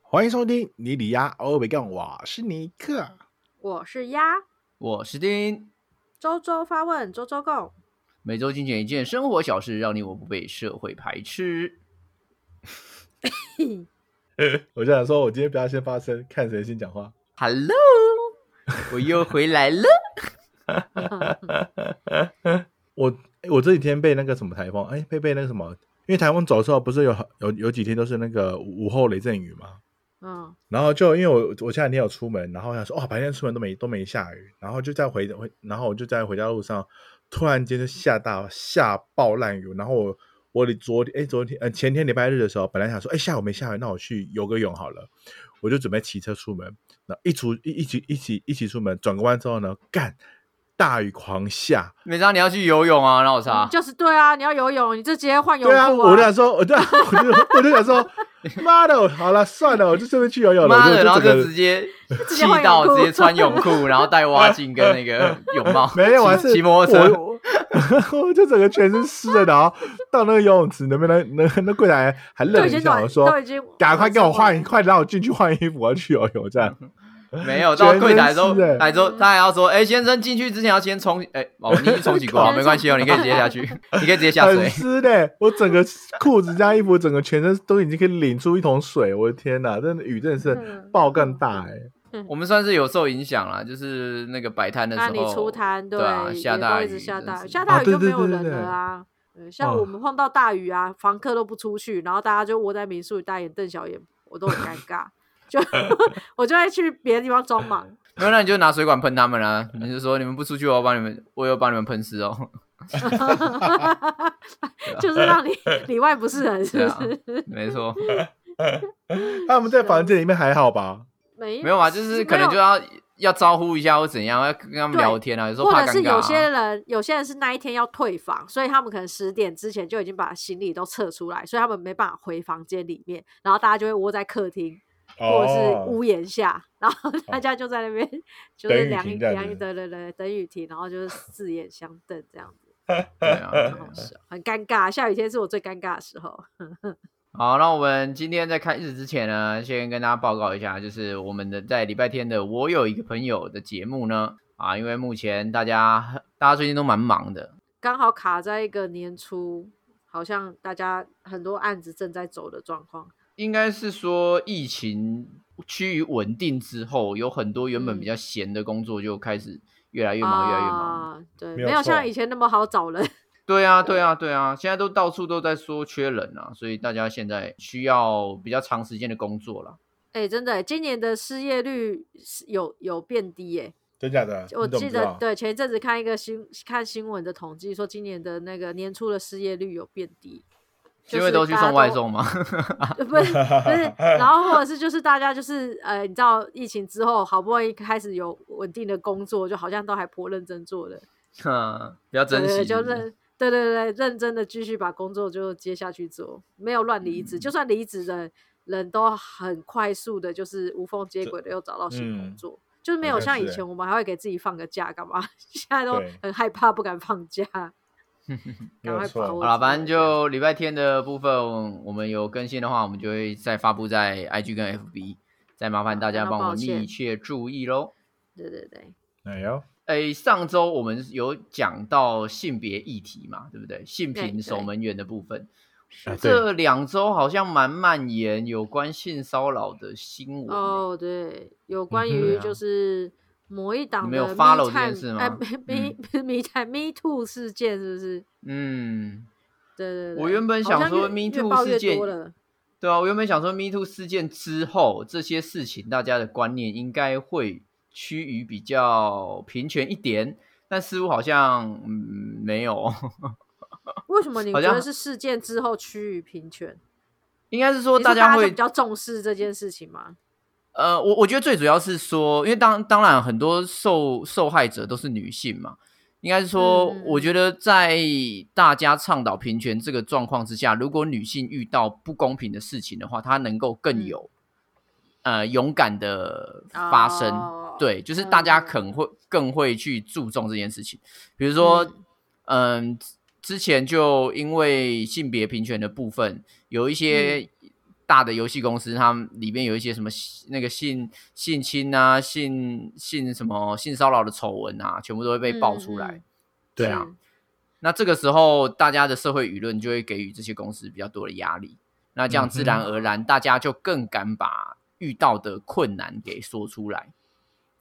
欢迎收听尼里亚欧北干，我是尼克。我是鸭，我是丁，周周发问，周周 go。每周精选一件生活小事，让你我不被社会排斥。 我就想说，我今天不要先发声，看谁先讲话。 Hello，我又回来了。 嗯我我这几天被那个什么台风，哎，被被那个什么，因为台风走的时候，不是有有有几天都是那个午后雷阵雨嘛。嗯，然后就因为我我前两天有出门，然后想说哦，白天出门都没都没下雨，然后就在回回，然后我就在回家路上，突然间就下大下暴烂雨，然后我我的昨天哎昨天呃前天礼拜日的时候，本来想说哎下午没下雨，那我去游个泳好了，我就准备骑车出门，那一出一一起一起一起出门，转个弯之后呢，干大雨狂下，美章，你要去游泳啊？让我擦。就是对啊，你要游泳，你就直接换泳对裤啊，我就想说，我就我就我就想 说，妈的，好了算了，我就顺便去游泳了，妈我的，然后啊就整就个直接直气接换泳到裤直接穿 泳裤，然后戴蛙镜跟那 ，个泳帽没有，我还骑是骑摩托车。我 我我就整个全身湿的，然后到那个游泳池，能不能能那柜台还愣都了已一经下，暖，我说都已经赶快给我换，裤。快让我进 去换衣服，我要去游泳这样。没有，到柜台的时候全身是欸，来之后他还要说：“哎，先生进去之前要先冲，哎，哦，你已经 冲洗过了，没关系哦，你可以直接下去，你可以直接下很水。湿的，我整个裤子加衣服，整个全身都已经可以淋出一桶水。我的天哪，真的雨真的是嗯爆更大哎、”我们算是有受影响啦，就是那个摆摊的时那你候，出摊对啊也下都大一雨直下大真雨，是下啊大雨对就对没有对对人了对啊。呃像哦我们碰到大雨啊，房客都不出去，然后大家就窝在民宿里大眼瞪小眼，我都很尴尬。 就我就会去别的地方装忙，没有，那你就拿水管喷他们啊！你就说你们不出去，我要把你们，我要把你们喷湿哦。 就是让你里外不是人，对是啊不是？，没错，他们在房间里面还好吧？没没有啊，就是可能就没有要要招呼一下或怎样，要跟他们对聊天啊，有时候或怕者尴是尬、有些啊。人，有些人是那一天要退房，所以他们可能十点之前就已经把行李都撤出来，所以他们没办法回房间里面，然后大家就会窝在客厅或者哦是屋檐下，然后大家就在那边就是等雨凉停这样凉子对对对等雨停，然后就是四眼相瞪这样子，对啊，很好笑，很尴尬。下雨天是我最尴尬的时候。好，那我们今天在开始之前呢，先跟大家报告一下，就是我们的在礼拜天的《我有一个朋友》的节目呢，啊，因为目前大家大家最近都蛮忙的，刚好卡在一个年初，好像大家很多案子正在走的状况。应该是说疫情趋于稳定之后，有很多原本嗯比较闲的工作就开始越来越忙，越来越忙。啊，对，没有没有像错以前那么好找人。对啊，对啊，对啊，现在都到处都在说缺人啊，所以大家现在需要比较长时间的工作了。哎、真的欸，今年的失业率是有有变低哎、真假的？我你怎么记知道得对前一阵子看一个新看新闻的统计，说今年的那个年初的失业率有变低，就是因为都去大家送外送嘛， 呃 不是 不是，然后或者是就是大家就是呃，你知道疫情之后好不容易开始有稳定的工作，就好像都还颇认真做的，嗯，比较对珍对惜。就认。对对对，认真的继续把工作就接下去做，没有乱离职。嗯就算离职的人都很快速的，就是无缝接轨的又找到新嗯工作，就是没好有像像以是欸前我们还会给自己放个假干嘛， 现在都对很害怕不敢放假， 没赶有快错把握好了，住反正这样就礼拜天的部分，我们有更新的话，我们就会再发布在 IG 跟 FB，再麻烦大家好帮我们抱歉密切注意喽。对对对，哎呦，诶，上周我们有讲到性别议题嘛，对不对？性对平对守门员的部分，啊对这两周好像蛮蔓延有关性骚扰的新闻。哦对，有关嗯哼对于啊就是某一党没有的 Me follow 这件 Time- 事哎吗，Me Me Me Time Me Too 事件是不是？嗯，对对对，我原本好想像说越 Me 越 Too 爆事越件多了，对啊，我原本想说 Me Too 事件之后，这些事情大家的观念应该会趋于比较平权一点，但似乎好像嗯没有， 为什么你好觉得像是事件之后趋于平权？应该是说你大是大家家就会比较重视这件事情吗？呃，我我觉得最主要是说，因为当当然很多受受害者都是女性嘛，应该是说，嗯我觉得在大家倡导平权这个状况之下，如果女性遇到不公平的事情的话，她能够更嗯有、呃勇敢的发声。哦对，就是大家嗯可能会更会去注重这件事情。比如说，嗯，之前就因为性别平权的部分，有一些大的游戏公司，他们里面有一些什么那个性性侵啊、性性什么性骚扰的丑闻啊，全部都会被爆出来。嗯嗯对啊是，那这个时候，大家的社会舆论就会给予这些公司比较多的压力。那这样自嗯然而然，大家就更敢把遇到的困难给说出来。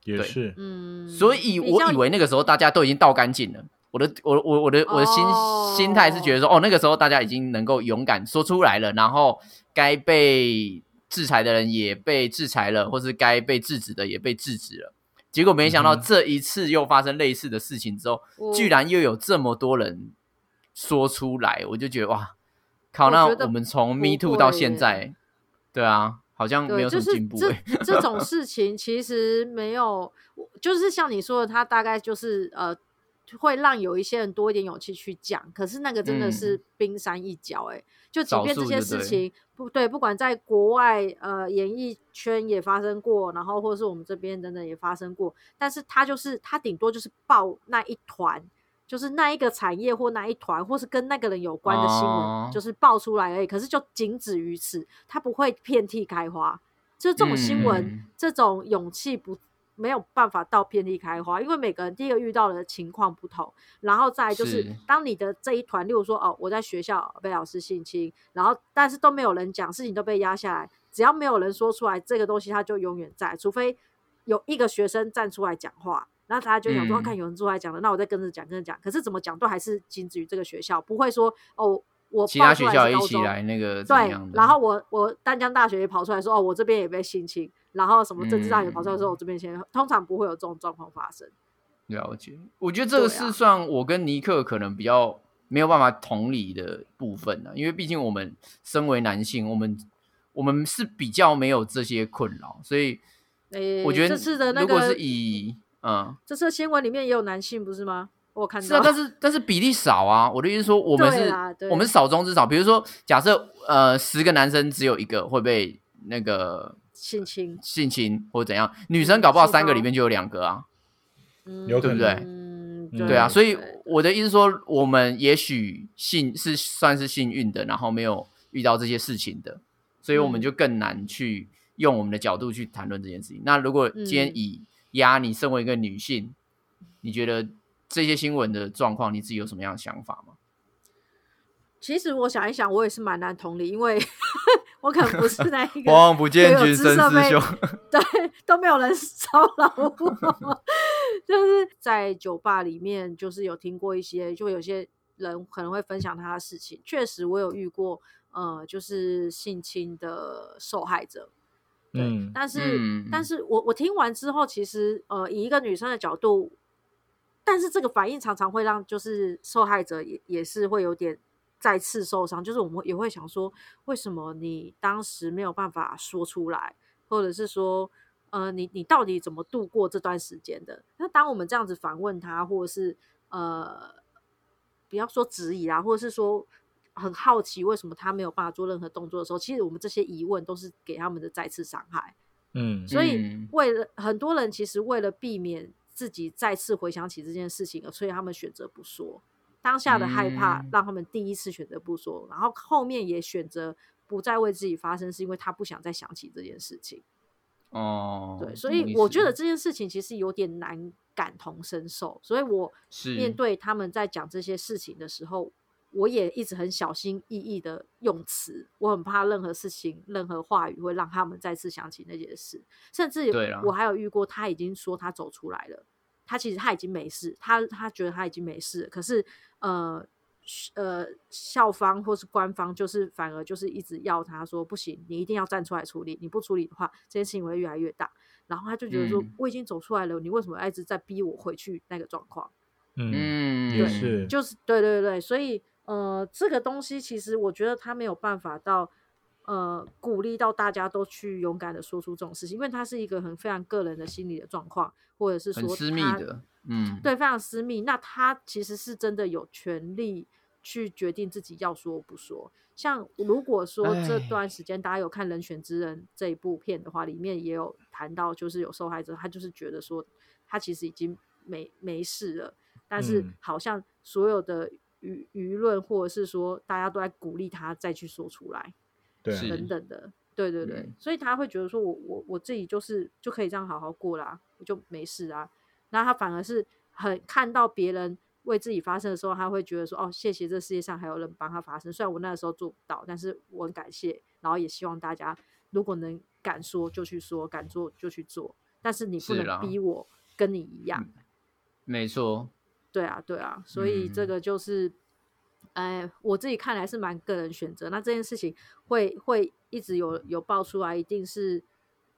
也对是，嗯，所比以我较以为那个时候大家都已经倒干净了。我的我我我的我的心、哦心态是觉得说，哦，那个时候大家已经能够勇敢说出来了，然后该被制裁的人也被制裁了，或是该被制止的也被制止了。结果没想到嗯哼这一次又发生类似的事情之后，我居然又有这么多人说出来，我就觉得哇，靠！我那觉得我们从不 Me Too 到会现耶在，对啊，好像没对，有什就么是进步、这欸。这 种事情其实没有，我就是像你说的，他大概就是呃，会让有一些人多一点勇气去讲。可是那个真的是冰山一角、欸，哎、就即嗯少便这数些就事对 情不对，不管在国外呃演艺圈也发生过，然后或是我们这边等等也发生过，但是他就是他顶多就是报那一团。就是那一个产业或那一团，或是跟那个人有关的新闻，哦就是爆出来而已。可是就仅止于此，他不会遍地开花。就是这种新闻，嗯这种勇气不没有办法到遍地开花，因为每个人第一个遇到的情况不同，然后再来就是是当你的这一团，例如说哦，我在学校被老师性侵，然后但是都没有人讲，事情都被压下来，只要没有人说出来这个东西，它就永远在，除非有一个学生站出来讲话。然后大家就想说，哦嗯看有人出来讲了，那我再跟着讲，跟着讲。可是怎么讲都还是仅止于这个学校，不会说哦，我其爆他出学来校是一高起中来那个怎么对样，的？然后我我丹江大学也跑出来说，哦，我这边也被性侵，然后什么政治大学跑出来说，哦嗯我这边先，通常不会有这种状况发生。了解，我觉得这个对啊是算我跟尼克可能比较没有办法同理的部分呢、啊因为毕竟我们身为男性，我们我们是比较没有这些困扰，所以诶，我觉得这次的那如果个，是以嗯。这次的新闻里面也有男性不是吗？我有看到，是啊，但是但是比例少啊。我的意思是说，我们哦对是啦对我们是少中之少。比如说，假设呃十个男生只有一个会被那个性侵，性侵或怎样，女生搞不好性三骚个里面就有两个啊。嗯，有可能对不对嗯，对啊，所以对我的意思是说，我们也许幸是算是幸运的，然后没有遇到这些事情的，所以我们嗯就更难去用我们的角度去谈论这件事情。那如果今天嗯以压你身为一个女性，你觉得这些新闻的状况，你自己有什么样的想法吗？其实我想一想，我也是蛮难同理，因为 我可能不是那 一个望不见君深似兄， 对，都没有人骚扰我， 就是在酒吧里面，就是有听过一些，就有些人可能会分享他的事情。确实，我有遇过，呃，就是性侵的受害者，对嗯，但是，嗯但是我我听完之后，其实呃，以一个女生的角度，但是这个反应常常会让就是受害者也也是会有点再次受伤，就是我们也会想说，为什么你当时没有办法说出来，或者是说，呃，你你到底怎么度过这段时间的？那当我们这样子反问他，或者是呃，不要说质疑啊，或者是说很好奇为什么他没有办法做任何动作的时候，其实我们这些疑问都是给他们的再次伤害。嗯，所以嗯为了很多人，其实为了避免自己再次回想起这件事情，所以他们选择不说。当下的害怕嗯让他们第一次选择不说，然后后面也选择不再为自己发声，是因为他不想再想起这件事情。哦，对，所懂以意我思觉得这件事情其实有点难感同身受，所以我是面对他们在讲这些事情的时候，我也一直很小心翼翼的用词，我很怕任何事情、任何话语会让他们再次想起那件事，甚至对啦我还有遇过他已经说他走出来了，他其实他已经没事，他他觉得他已经没事了，可是呃。呃，校方或是官方，就是反而就是一直要他说不行，你一定要站出来处理，你不处理的话，这件事情会越来越大。然后他就觉得说，嗯我已经走出来了，你为什么要一直在逼我回去那个状况？嗯，嗯也是，就是对对对，所以呃，这个东西其实我觉得他没有办法到呃鼓励到大家都去勇敢的说出这种事情，因为它是一个很非常个人的心理的状况，或者是很说私密他的，嗯，对，非常私密。那他其实是真的有权利去决定自己要说不说。像如果说这唉段时间大家有看《人选之人》这一部片的话，里面也有谈到，就是有受害者，他就是觉得说他其实已经没没事了，但是嗯好像所有的舆舆论或者是说大家都在鼓励他再去说出来。对啊，是等等的。对对对，嗯所以他会觉得说我我我自己就是就可以这样好好过啦，我就没事啊。然后他反而是很看到别人为自己发声的时候，他会觉得说哦，谢谢这世界上还有人帮他发声。虽然我那个时候做不到，但是我很感谢，然后也希望大家如果能敢说就去说，敢做就去做，但是你不是啦能逼我跟你一嗯样。没错，对啊，对啊，所以这嗯个就是，哎、我自己看来是蛮个人选择。那这件事情会会一直有有爆出来，一定是，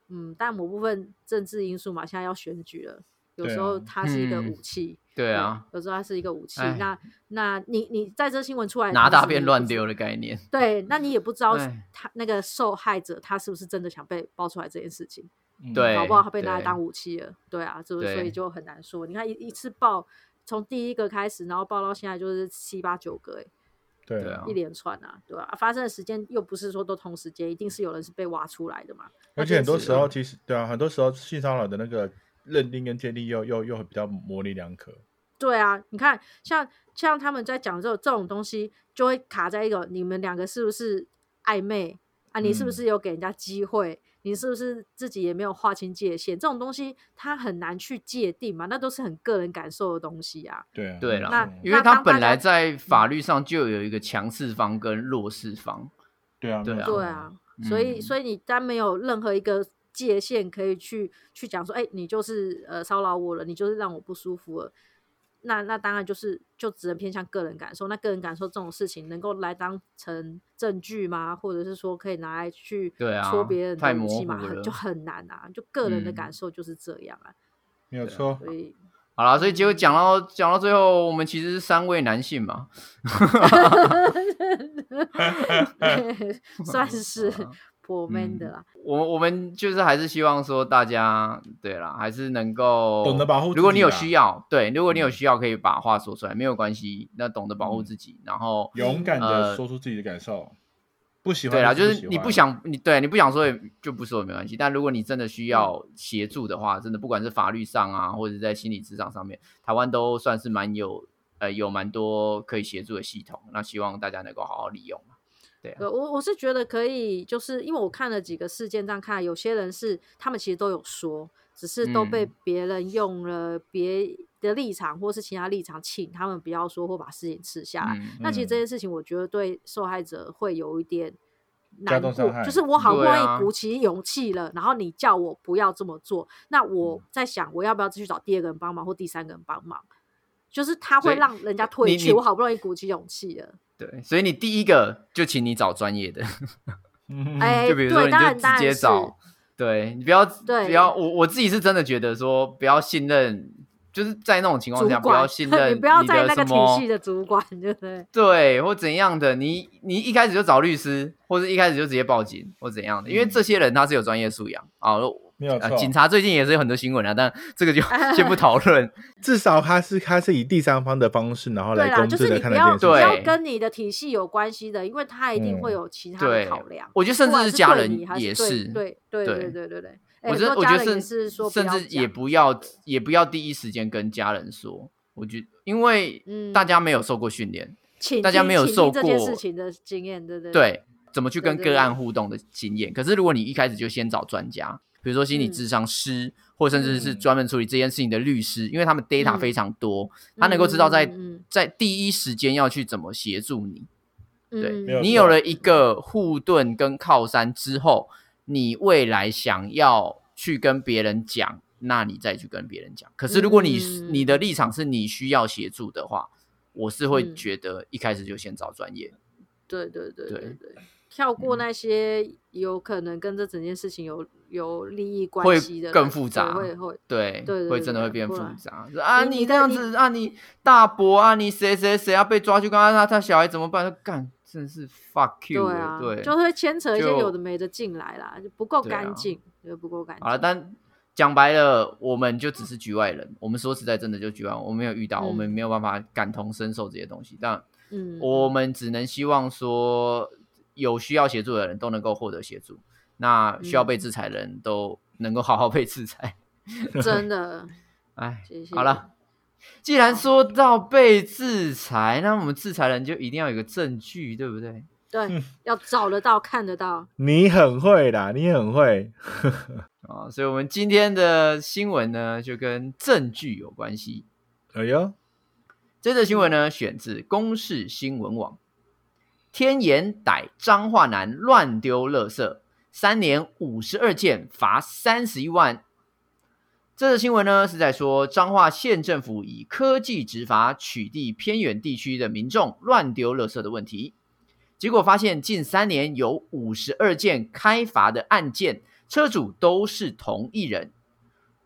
嗯，但某部分政治因素嘛，现在要选举了，有时候对啊它是一个嗯武器，对啊，，有时候它是一个武器哎。那那你你在这新闻出来的拿同大时便你乱不知丢的概念，对，那你也不知道哎他那个受害者他是不是真的想被爆出来这件事情。嗯对搞不好他被拿来对当武器了。对啊，就是所对以就很难说。你看一一次爆，从第一个开始，然后爆到现在就是七八九个、欸，对对啊一连串啊，对啊，发生的时间又不是说都同时间，一定是有人是被挖出来的嘛。那而且很这多件事时候，其实对啊，很多时候性骚扰的那个认定跟界定又又又比较模棱两可。对啊，你看像像他们在讲这种这种东西，就会卡在一个你们两个是不是暧昧啊？你是不嗯是有给人家机会？你是不是自己也没有划清界限？这种东西它很难去界定嘛，那都是很个人感受的东西啊。对啊，对没啦那错因为他当本大家嗯来在法律上就有一个强势方跟弱势方，对啊，对没啊错对啊，，所以，嗯所以你当没有任何一个界限可以去去讲说，哎、你就是呃骚扰我了，你就是让我不舒服了。那那当然就是就只能偏向个人感受。那个人感受这种事情，能够来当成证据吗？或者是说可以拿来去对啊戳别人太的武器模吗？糊很了就很难啊，就个人的嗯感受就是这样啊。没有错。所 以 好啦，所以结果讲到嗯讲到最后，我们其实是三位男性嘛， 算是啊 颇 man 的嗯啦。我我们就是还是希望说大家对啦，还是能够懂得保护自己啦如果你有需要，对，如果你有嗯需要，可以把话说出来，没有关系。那懂得保护自嗯己，然后啊勇敢的呃说出自己的感受，不喜欢对啦，就喜是你欢不，想你对你不想说也就不说也没关系。但如果你真的嗯需要协助的话，真的不管是法律上啊，或者在心理职场上面，台湾都算是蛮有呃有蛮多可以协助的系统。那希望大家能够好好利用嘛。对啊对，我我是觉得可以，就是因为我看了几个事件，这样看，有些人是他们其实都有说，只是都被嗯别人用了别的立场或是其他立场，请他们不要说或把事情吃下来。嗯，那其实嗯这件事情，我觉得对受害者会有一点加难重过伤害，就是我好不对容啊易鼓起勇气了，然后你叫我不要这么做，那嗯我在想我要不要去找第二个人帮忙或第三个人帮忙，就是他所会以让人家你退你却。我好不容易鼓起勇气了。对，所以你第一个就请你找专业的，嗯哎、就比对，如说你当然就直当然接是找，对你不要对不要，我我自己是真的觉得说不要信任，就是在那种情况主下管，不要信任 你不要的在那个什体么系的主管， 对不对？对，或怎样的，你你一开始就找律师，或者一开始就直接报警，或怎样的，因为嗯这些人他是有专业素养啊。我没有呃错警察最近也是有很多新闻啊，但这个 就先不讨论。至少他是他是以第三方的方式，然后来对啦，公就正是的你看不待要这件不事情。要对跟你的体系有关系的，因为他一嗯定会有其他对的考量，我觉得甚不至管是是家对人你还也是是，对对对对对对对。哎我很觉得多我家觉得人甚也是说不甚要至也讲不要也不要第一时间跟家人说，我觉因为嗯大家没有受过训练，请大家听没有请受听这件过事情的经验，对对对，怎么去跟对对个案互动的经验。可是如果你一开始就先找专家，比如说心理嗯智商师，或甚至是嗯专门处理这件事情的律师，因为他们 data 嗯非常多，他能够知道在、嗯在第一时间要去怎么协助你。嗯对嗯没有你错有了一个护盾跟靠山之后，你未来想要去跟别人讲，那你再去跟别人讲。可是如果你、嗯你的立场是你需要协助的话，我是会嗯觉得一开始就先找专业。对对对对对对，跳过嗯那些有可能跟这整件事情有有利益会关系的人，更复对杂会会对，对对会对真的会对变不复然杂。说啊，你你你这的样你子啊，你大伯啊，你谁谁谁要被抓去，刚刚他他小孩怎么办？干，真是 fuck you 对了。啊，对，就会牵扯一些就有的没的进来啦，就不够对啊干净，就不够干净。好了，但讲白了，我们就只是局外人。我们说实在，真的就局外人，我们没有遇到，我嗯们没有办法感同身受这些东西。但嗯，我们只能希望说，有需要协助的人都能够获得协助，那需要被嗯制裁的人都能够好好被制裁。真的，哎，谢 谢。好了，，既然说到被制裁，那我们制裁人就一定要有个证据，对不对？对，要找得到、看得到。你很会啦，你很会。啊，所以我们今天的新闻呢，就跟证据有关系。哎呦，这则新闻呢，选自公视新闻网。天眼逮彰化男乱丢垃圾，三年五十二件，罚三十一万。这则新闻呢，是在说彰化县政府以科技执法取缔偏远地区的民众乱丢垃圾的问题，结果发现近三年有五十二件开罚的案件，车主都是同一人，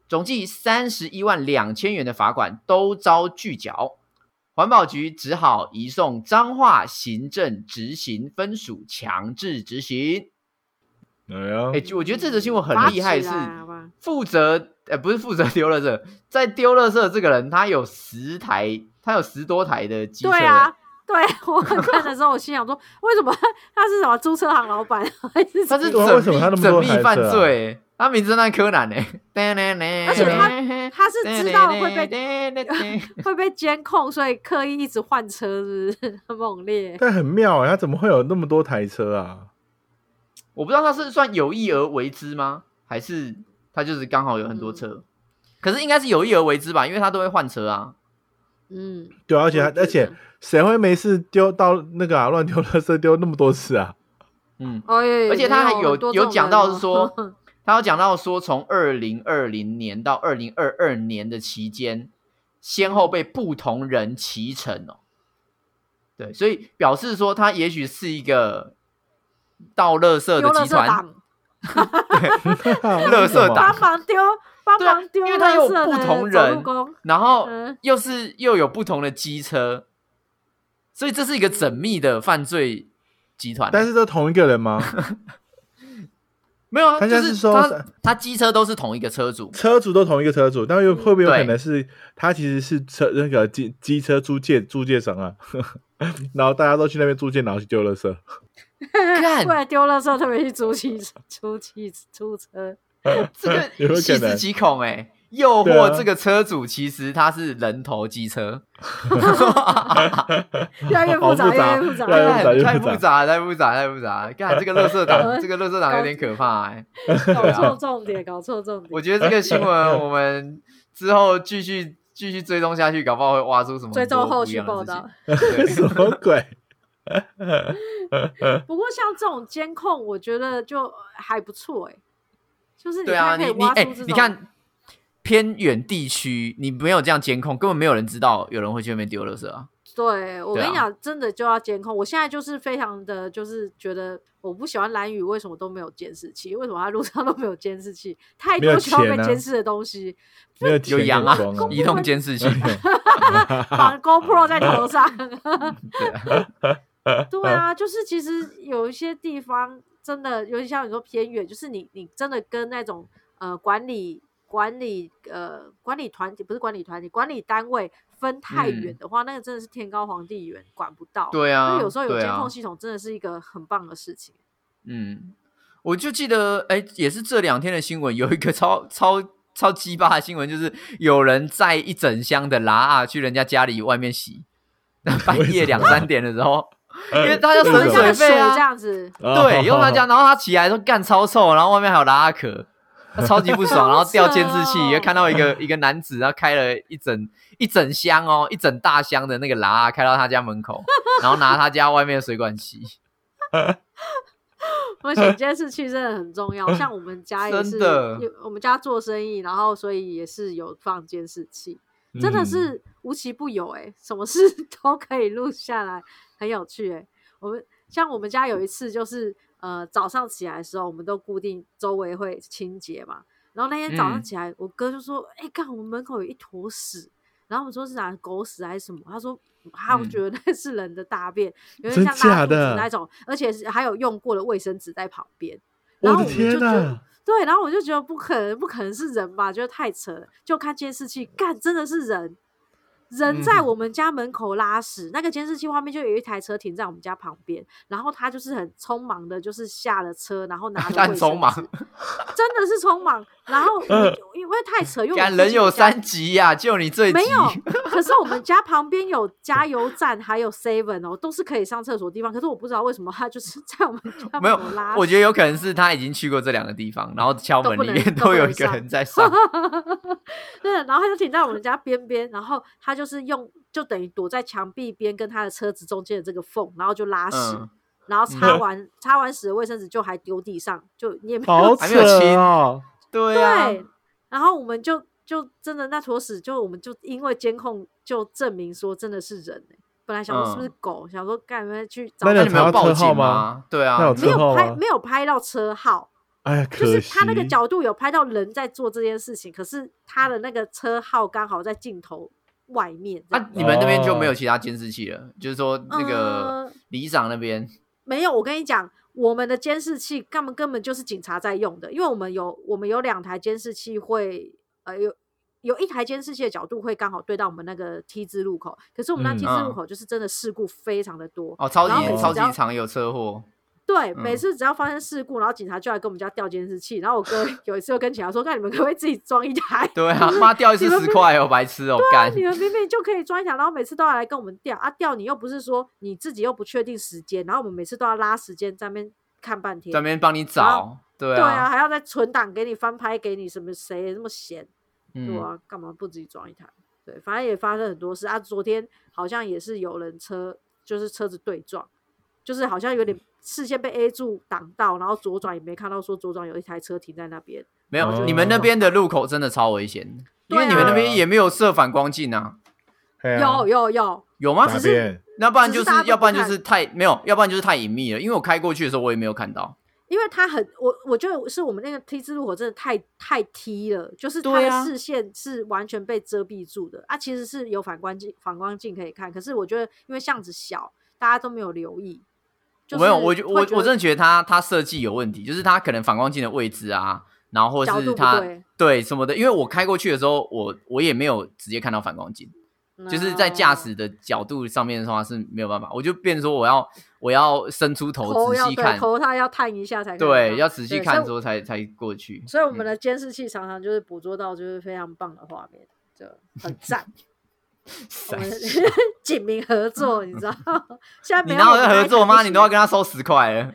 总计三十一万两千元的罚款都遭拒缴，环保局只好移送彰化行政执行分署强制执行。哎呀，哎，我觉得这则新闻很拔厉害，嗯起是来好不好负责呃不是负责丢垃圾，在丢垃圾这个人，他有十台，他有十多台的机车。对啊，对 我看的时候，我心想说，为什么他是什么租车行老板 还是他什是么？对啊缜为什么密他那么缜多密台犯车啊罪、他名侦探柯南呢、欸？而而且 他他是知道会被被会被监控，所以刻意一直换车，是不是 很猛烈？但很妙啊，他怎么会有那么多台车啊？我不知道他是算有意而为之吗？还是他就是刚好有很多车？可是应该是有意而为之吧，因为他都会换车啊。嗯，对啊，而且我还也觉而且得谁会没事丢到那个啊乱丢垃圾丢那么多次啊？嗯，哦，而且他还有有讲到是说， 很多这种人哦他有讲到说，从二零二零年到二零二二年的期间，先后被不同人骑乘哦。对，所以表示说他也许是一个倒垃圾丢的垃圾集团，党， 垃圾党帮忙丢，帮哦 对啊忙丢垃圾的，因为他有不同人走路工然后嗯又是又有不同的机车，所以这是一个缜密的犯罪集 团。欸但是这同一个人吗？ 没有啊，他就现在是是说他他机车都是同一个车 主，车主都同一个车主，但又会不会有对可能是他其实是车那个机机车租借租借商啊？ 然后大家都去那边租借，然后去丢垃圾。 干为了丢垃圾特别去租汽车、租汽租车，这 有没有个细可思能极恐哎、诱对啊惑这个车主其实他是人头 机车，越来越 好复复杂，越杂来越复杂越来越。复杂越干太啊复复杂，太复杂，太复杂。干这个 乐色党，这个乐色党有点可怕哎、搞 错重点，搞错重点。我觉得这个 新闻我们之后继续继续追踪下去，搞不好会挖出什么追踪很多后不一续样的报事道。 情。对什么鬼？不过像这种监控，我觉得就还不错哎、就是你对啊，看可你以你挖哎、出这种，你看偏远地区，你没有这样监控，根本没有人知道有人会去那边丢垃圾啊。对我对跟你啊讲，真的就要监控。我现在就是非常的，就是觉得我不喜欢蓝宇为什么都没有监视器，为什么他路上都没有监视器？太没多有需要被钱啊监视的东西，没有有钱羊啊可以装，移动监视器。 绑 GoPro 在头上。啊 对啊。对啊，就是其实有一些地方真的，尤其像你说偏远，就是你你真的跟那种呃管理管理呃管理团体不是管理团体管理单位分太远嗯的话，那个真的是天高皇帝远，管不到。对 啊所以有时候有对监啊控系统真的是一个很棒的事情。嗯，我就记得，哎、也是这两天的新闻，有一个超超超鸡巴的新闻，就是有人载一整箱的拉啊去人家家里外面洗，半夜两三点的时候， 因为大家为什就么很省像水水费这啊，样子，对，用他家，然后他起来说干超臭，然后外面还有 拉壳。他超级不爽，然后掉监视器，好扯哦又看到一个一个男子，然后开了一整一整箱哦，一整大箱的那个拉啊开到他家 门口，然后拿他家外面的水管洗。而且监视器真的很重 要。像我们家也是，真的有我们家做生意，然后所以也是有放监视器。真嗯的是无奇不有哎、什么事 都可以录下来，很有趣哎、我们像我们家有一次就是呃早上起来的时候，我们都固定周围会清洁嘛。然后那天早上嗯起来，我哥就说：“哎、看我们门口有一坨屎。”然后我们说是哪狗屎还是什么？他说他嗯觉得那是人的大便，有真点像拉假肚子的那种，而且是还有用过的卫生纸在旁边。然我后的我们就天觉得哪！对，然后我就觉得不可能，不可能是人吧，觉得太扯了。就看监视器，干真的是人，人在嗯我们家门口拉屎。那个监视器画面就有一台车停在我们家旁边，然后他就是很匆忙的，就是下了车，然后拿了 他很卫匆生忙纸，真的是匆忙。然后我因为因为太扯， 因为我干自人己家有三级呀、就你最急没有，可是我们家旁边有加油站，还有 Seven 哦，都是可以上厕所的地方。可是我不知道为什么他就是 在我们家 没有门口拉，我觉得有可能是他已经去过这两个地方，然后敲都门不里 能面都不都有能一个上啊人 在上，对，然后他就停在我们家边边，然后他就是用就等于躲在墙壁边跟他的车子中间的这个缝，然后就拉屎，嗯，然后擦嗯完擦完屎的卫生纸就还丢地上，就你也没有好还没扯有亲哦！对啊，对，然后我们就就真的那坨屎，就我们就因为监控就证明说真的是人、欸、本来想说是不是嗯狗，想说干嘛去找那那有你人，们查到有车报号警吗吗？对啊，那有没车有号拍吗没有拍到车号，哎呀，就可是惜他那个角度有拍到人在做这件事情，可是他的那个车号刚好在镜头外面这那、样。啊你们那边就哦没有其他监视器了，就是说那个呃里长那边，没有，我跟你讲，我们的监视器根本根本就是警察在用的，因为我们有我们有两台监视器会，呃，有有一台监视器的角度会刚好对到我们那个 T 字路口，可是我们那嗯 T 字路嗯口就是真的事故非常的多，哦，超级然后每次超只要级常有车祸，对，每嗯次只要发生事故，然后警察就来跟我们家调监视器，然后我哥 有一次就跟警察说，那你们可不可以自己装一台？对啊，妈掉一你次们十不啊块哦，白痴哦， 干你，们明明就可以装一条，然后每次都要来跟我们调啊调，你又不是说你自己又不确定时间，然后我们每次都要拉时间在那边看半天，专门帮你找，对对啊，啊，还要再存档给你翻拍给你，什么谁那么闲？对嗯，啊，干嘛不自己装一台？对，反正也发生很多事啊。昨天好像也是有人车，就是车子对撞，就是好像有点视线被 A 柱挡到，然后左转也没看到说左转有一台车停在那边。没有，哦你们那边的路口真的超危险，因为对你们那啊边也没有设反光镜啊，哎嘿啊有有有，有吗？哪只是边？那不然就只是大家是都要不然不就看是太没有，要不然就是太隐秘了，因为我开过去的时候我也没有看到，因为他很我我觉得是我们那个 T 字路口真的太太 T 了，就是他对的啊视线是完全被遮蔽住的啊其实是有反光镜反光镜可以看，可是我觉得因为巷子小，大家都没有留意。就是没有，我就我会觉我真得的觉得它它设计有问题，就是它可能反光镜的位置啊，然后或角者度是不它对什么的，因为我开过去的时候，我我也没有直接看到反光镜，就是在嗯驾驶的角度上面的话是没有办法，我就变成说我要我要伸出头头仔要细对看，头他要探一下才看得对，到要嗯仔细啊对看所之以后才才过去我。所以我们的监视器常常就是捕捉到就是非常棒的画面，就很 赞。我们 警民合作，你知道？ 现在没有你哪有我们在那一合台作不吗？你行都要跟他收十块了，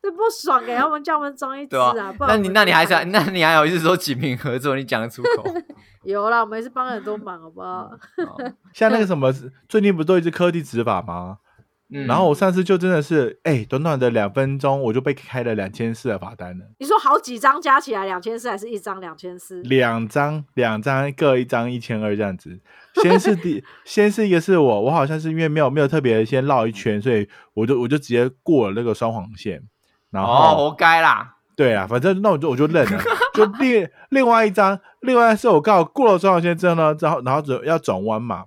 这不爽欸给他们叫我们装一只啊对吧、 啊不然那我你们那就你还啊打想，那你还好意思说几名合作？你讲得出 口？有啦？我们也是帮了很多忙，好不好？哦像那个什么，最近不都一直科技执法吗？嗯然后我上次就真的是，哎，短短的两分钟我就被开了两千四的罚单了，你说好几张加起来两千四，还是一张两千四？两张两张各一张一千二这样子。先是 第先是一个是我，我好像是因为没有没有特别先绕一圈，所以我就我就直接过了那个双黄线，然后、哦，活该啦！对啊，反正那我就我就认了。就另另外一张，另外是我刚好过了双黄线之后呢，然后然后转要转弯嘛，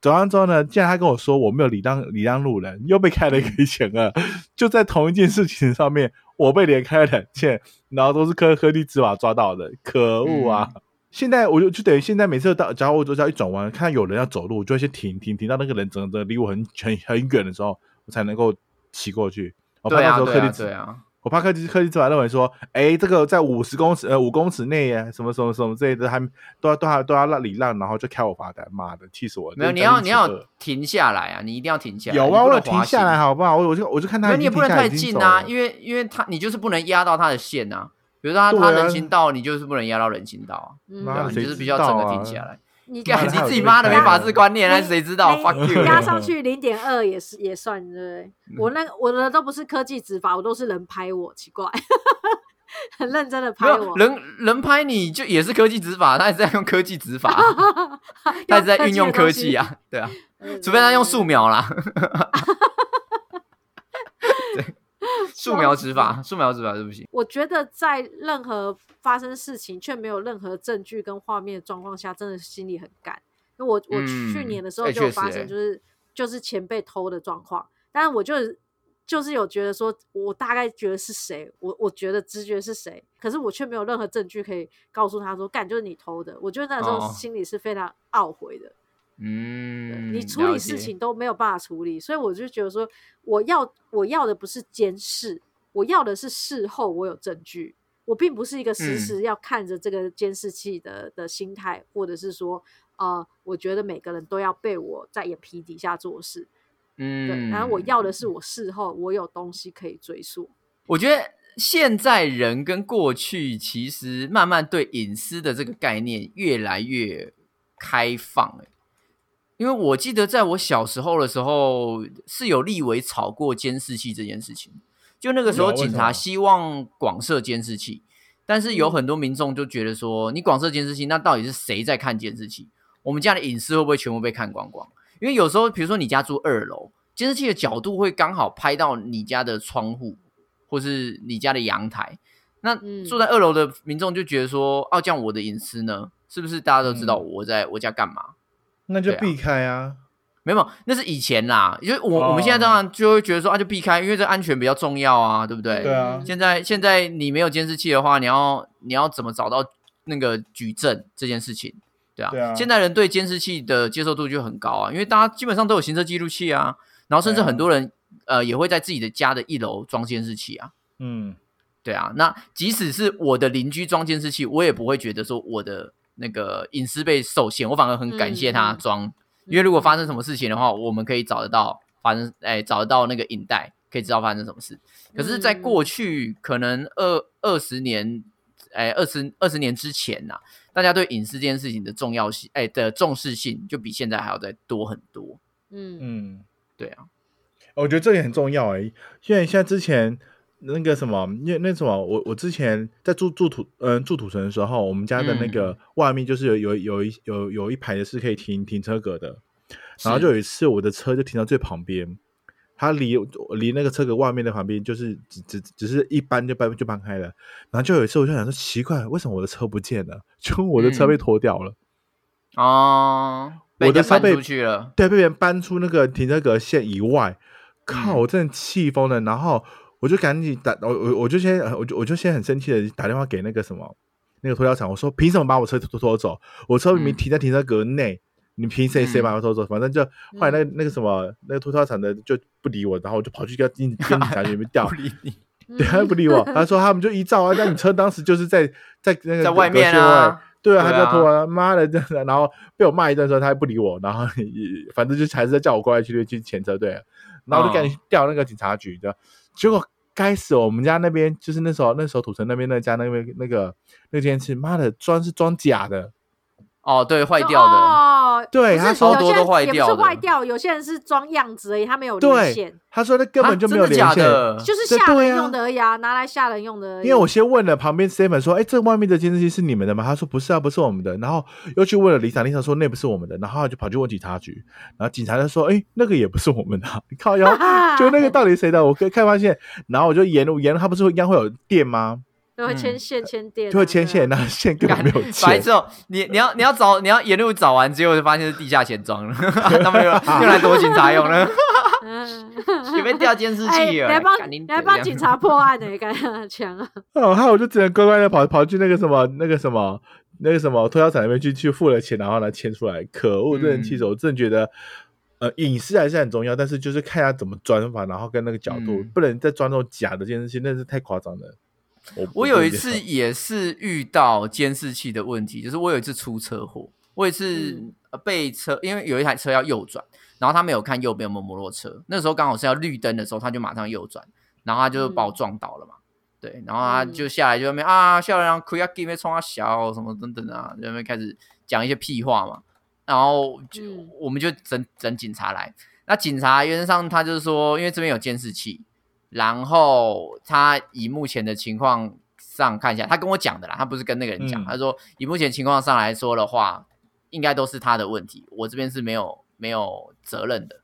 转弯之后呢，竟然他跟我说我没有礼让礼让路人，又被开了一个一千二，就在同一件事情上面，我被连开了两件，然后都是科科技执法抓到的，可恶啊！嗯现在我就就等于现在每次到，只要我只要一转弯，看到有人要走路，我就会先停停停到那个人整个离我很很很远的时候，我才能够骑过去。我怕对到啊，时候对科技啊，执对啊，我怕科技科技执法认为说，哎，这个在五十公尺呃五公尺内啊，什么什么什么之类的，还都要都要都要让礼让，然后就开我罚单，妈的，气死我！没有，这你个要真你是扯要停下来啊！你一定要停下来。有你啊，不我有能滑停行下来，好不好？我我就我就看他那已你经也不能停下来太已经近走啊，了因为因为他你就是不能压到他的线啊。比如说他对啊他人行道，你就是不能压到人行道啊，嗯妈对啊的，你谁就是知必须要整个道停啊下来。你干妈的你他有自己这妈个的概没念法治观念啊，你谁知道你？fuck you！加上去零点二也是也算对不对？我那我的都不是科技执法，我都是人拍我，奇怪， 很认真的没拍有我，人人拍你就也是科技执法，他也是在用科技执 法啊，他也是在运用科技啊，对啊，嗯，除非他用素嗯 描啦。对，素描执法，素描执法是不行。我觉得在任何发生事情却没有任何证据跟画面的状况下，真的心里很干。因为我我去嗯年的时候哎就有确实发哎生，就是、就是钱被偷的状况，但是我就就是有觉得说，我大概觉得是谁，我我觉得直觉是谁，可是我却没有任何证据可以告诉他说，干就是你偷的。我觉得那时候哦心里是非常懊悔的。对嗯，你处理了事解情都没有办法处理，所以我就觉得说，我要我要的不是监视，我要的是事后我有证据，我并不是一个时嗯时要看着这个监视器的的心态，或者是说，呃，我觉得每个人都要被我在眼皮底下做事。对，嗯，然后我要的是我事后我有东西可以追溯。我觉得现在人跟过去其实慢慢对隐私的这个概念越来越开放、欸，因为我记得在我小时候的时候是有立委吵过监视器这件事情，就那个时候有为什么嗯警察希望广设监视器，但是有很多民众就觉得说，你广设监视器，那到底是谁在看监视器？我们家的隐私会不会全部被看光光？因为有时候，比如说你家住二楼，监视器的角度会刚好拍到你家的窗户，或是你家的阳台。那嗯住在二楼的民众就觉得说，哦、这样我的隐私呢，是不是大家都嗯知道我在我家干嘛？那就对啊避开啊。没有，没有那是以前啦，因为我、哦我们现在当然就会觉得说啊，就避开，因为这安全比较重要啊，对不对？对啊嗯现在现在你没有监视器的话，你要你要怎么找到那个举证这件事情？对啊，对啊现在人对监视器的接受度就很高啊，因为大家基本上都有行车记录器啊，然后甚至对啊很多人、呃也会在自己的家的一楼装监视器啊。嗯，对啊，那即使是我的邻居装监视器，我也不会觉得说我的那个隐私被受限，我反而很感谢他嗯嗯嗯装，因为如果发生什么事情的话，我们可以找得到发生，哎，找得到那个影带，可以知道发生什么事。可是，嗯在过去可能二二十年，哎，二十二十年之前呐、大家对隐私这件事情的重要性，哎的重视性，就比现在还要再多很多。嗯嗯，哦对啊，我觉得这点很重要哎、因为像之前那个什么，因为那什么，我我之前在住住土嗯、住土城的时候，我们家的那嗯个外面就是有有有一有有一排的是可以停停车格的，然后是就有一次我的车就停到最旁边，它离离那个车格外面的旁边就是只只只是一般就搬就搬开了，然后就有一次我就想说奇怪，为什么我的车不见了？ 就我的车被嗯拖掉了。哦，被我的人家设搬备出去了，对，被别人搬出那个停车格线以外，靠！嗯我真的气疯了，然后我就赶紧打，我我我就先，我就我就先很生气的打电话给那个什么那个拖吊厂，我说凭什么把我车拖拖走？我车明明嗯停在停车格内，你凭谁谁嗯把我拖走？反正就后来那个那个什么那个拖吊厂的就不理我，然后我就跑去跟跟跟警察局里面 调不。理你，对，他不理我，他说他们就依照啊，那你车当时就是在在那个在隔外面隔间外啊。对啊，他对啊就拖啊，妈的，真的，然后被我骂一顿之后，他还不理我，然后也反正就还是在叫我过来去去前车队了，然后就赶紧调那个警察局的，结果该死，我们家那边就是那时候那时候土城那边那家那边那个那间是妈的装是装假的，哦，对，坏就掉的。嗯哦对不是他说有些多都坏也不掉是的坏掉，有些人是装样子而已，他没有连对线，，他说那根本就没有啊真连的假线，的就是这吓对人啊用的而已啊，拿来吓人用的而已。因为 我先问了旁边 Seven 说：“哎，这外面的监视器是你们的吗？”他说：“不是啊，不是我们的。”然后又去问了李长，李长说：“那不是我们的。”然后他就跑去问警察局，然后警察就说：“哎，那个也不是我们的啊、你靠腰， 就那个到底谁的？我看看发现，然后我就沿路沿路，他不是会应该会有电吗？都会牵嗯线牵电啊，就会牵对啊线，那线根本没有 牵。白痴哦，你你要你要找你要沿路找完，结果就发现是地下钱庄了， 他们又又来躲警察用 了，嗯， 前面掉监视哎，器你了，来帮干你你来帮娘警察破案呢，感觉很强 啊。哦，然后我就只能乖乖的跑跑去那个什么那个什么那个什么推销厂那边去去付了钱，然后来牵出来。可恶，真的气死嗯我！我真的觉得，呃，隐私还是很重要，但是就是看他怎么钻法，然后跟那个角度，嗯不能再钻那种假的监视器，那是太夸张了。我我有一不次能接受也是遇到监视器的问题，就是我有一次出车祸，我有一次嗯呃被车，因为有一台车要右转，然后他没有看右边有没有摩托车，那时候刚好是要绿灯的时候，他就马上右转，然后他就把我嗯撞倒了嘛。对，然后他就下来就在那边、啊，下来让 k u y a k i 被冲他小什么等等啊，就在那边开始讲一些屁话嘛。然后就、嗯我们就整整警察来，那警察原则上他就是说，因为这边有监视器，然后他以目前的情况上看一下，他跟我讲的啦，他不是跟那个人讲，嗯他说以目前情况上来说的话，应该都是他的问题，我这边是没有没有责任的。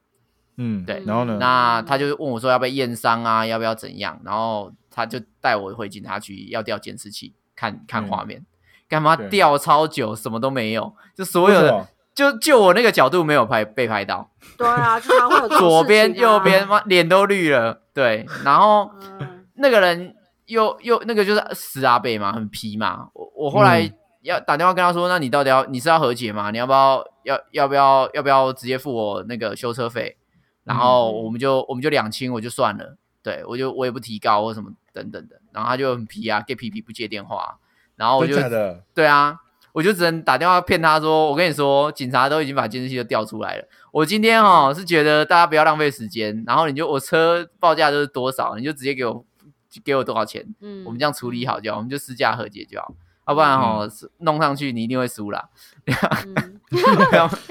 嗯，对然后呢？那他就问我说要不要验伤啊，要不要怎样，然后他就带我回警察局要调监视器看看嗯画面，干嘛对调超久，什么都没有，就所为有什的么？就就我那个角度没有拍被 拍到。对啊，就常会 有这种左事边、情啊右边，，妈脸都绿了。对，然后嗯那个人又又那个就是死阿贝嘛，很皮嘛。我我后来嗯要打电话跟他说，那你到底要你是要和解吗？你要不要要要不要要不要直接付我那个修车费？然后嗯我们就我们就两清，我就算了。对我就我也不提高或什么等等的。然后他就很皮啊，get 皮皮不接电话，啊然后我就真假的，对啊，我就只能打电话骗他说，我跟你说，警察都已经把监视器都调出来了。我今天哦是觉得大家不要浪费时间，然后你就我车报价都是多少，你就直接给我给我多少钱，嗯，我们这样处理好就好，我们就私价和解就好。要不然哦，是弄上去你一定会输啦。 嗯，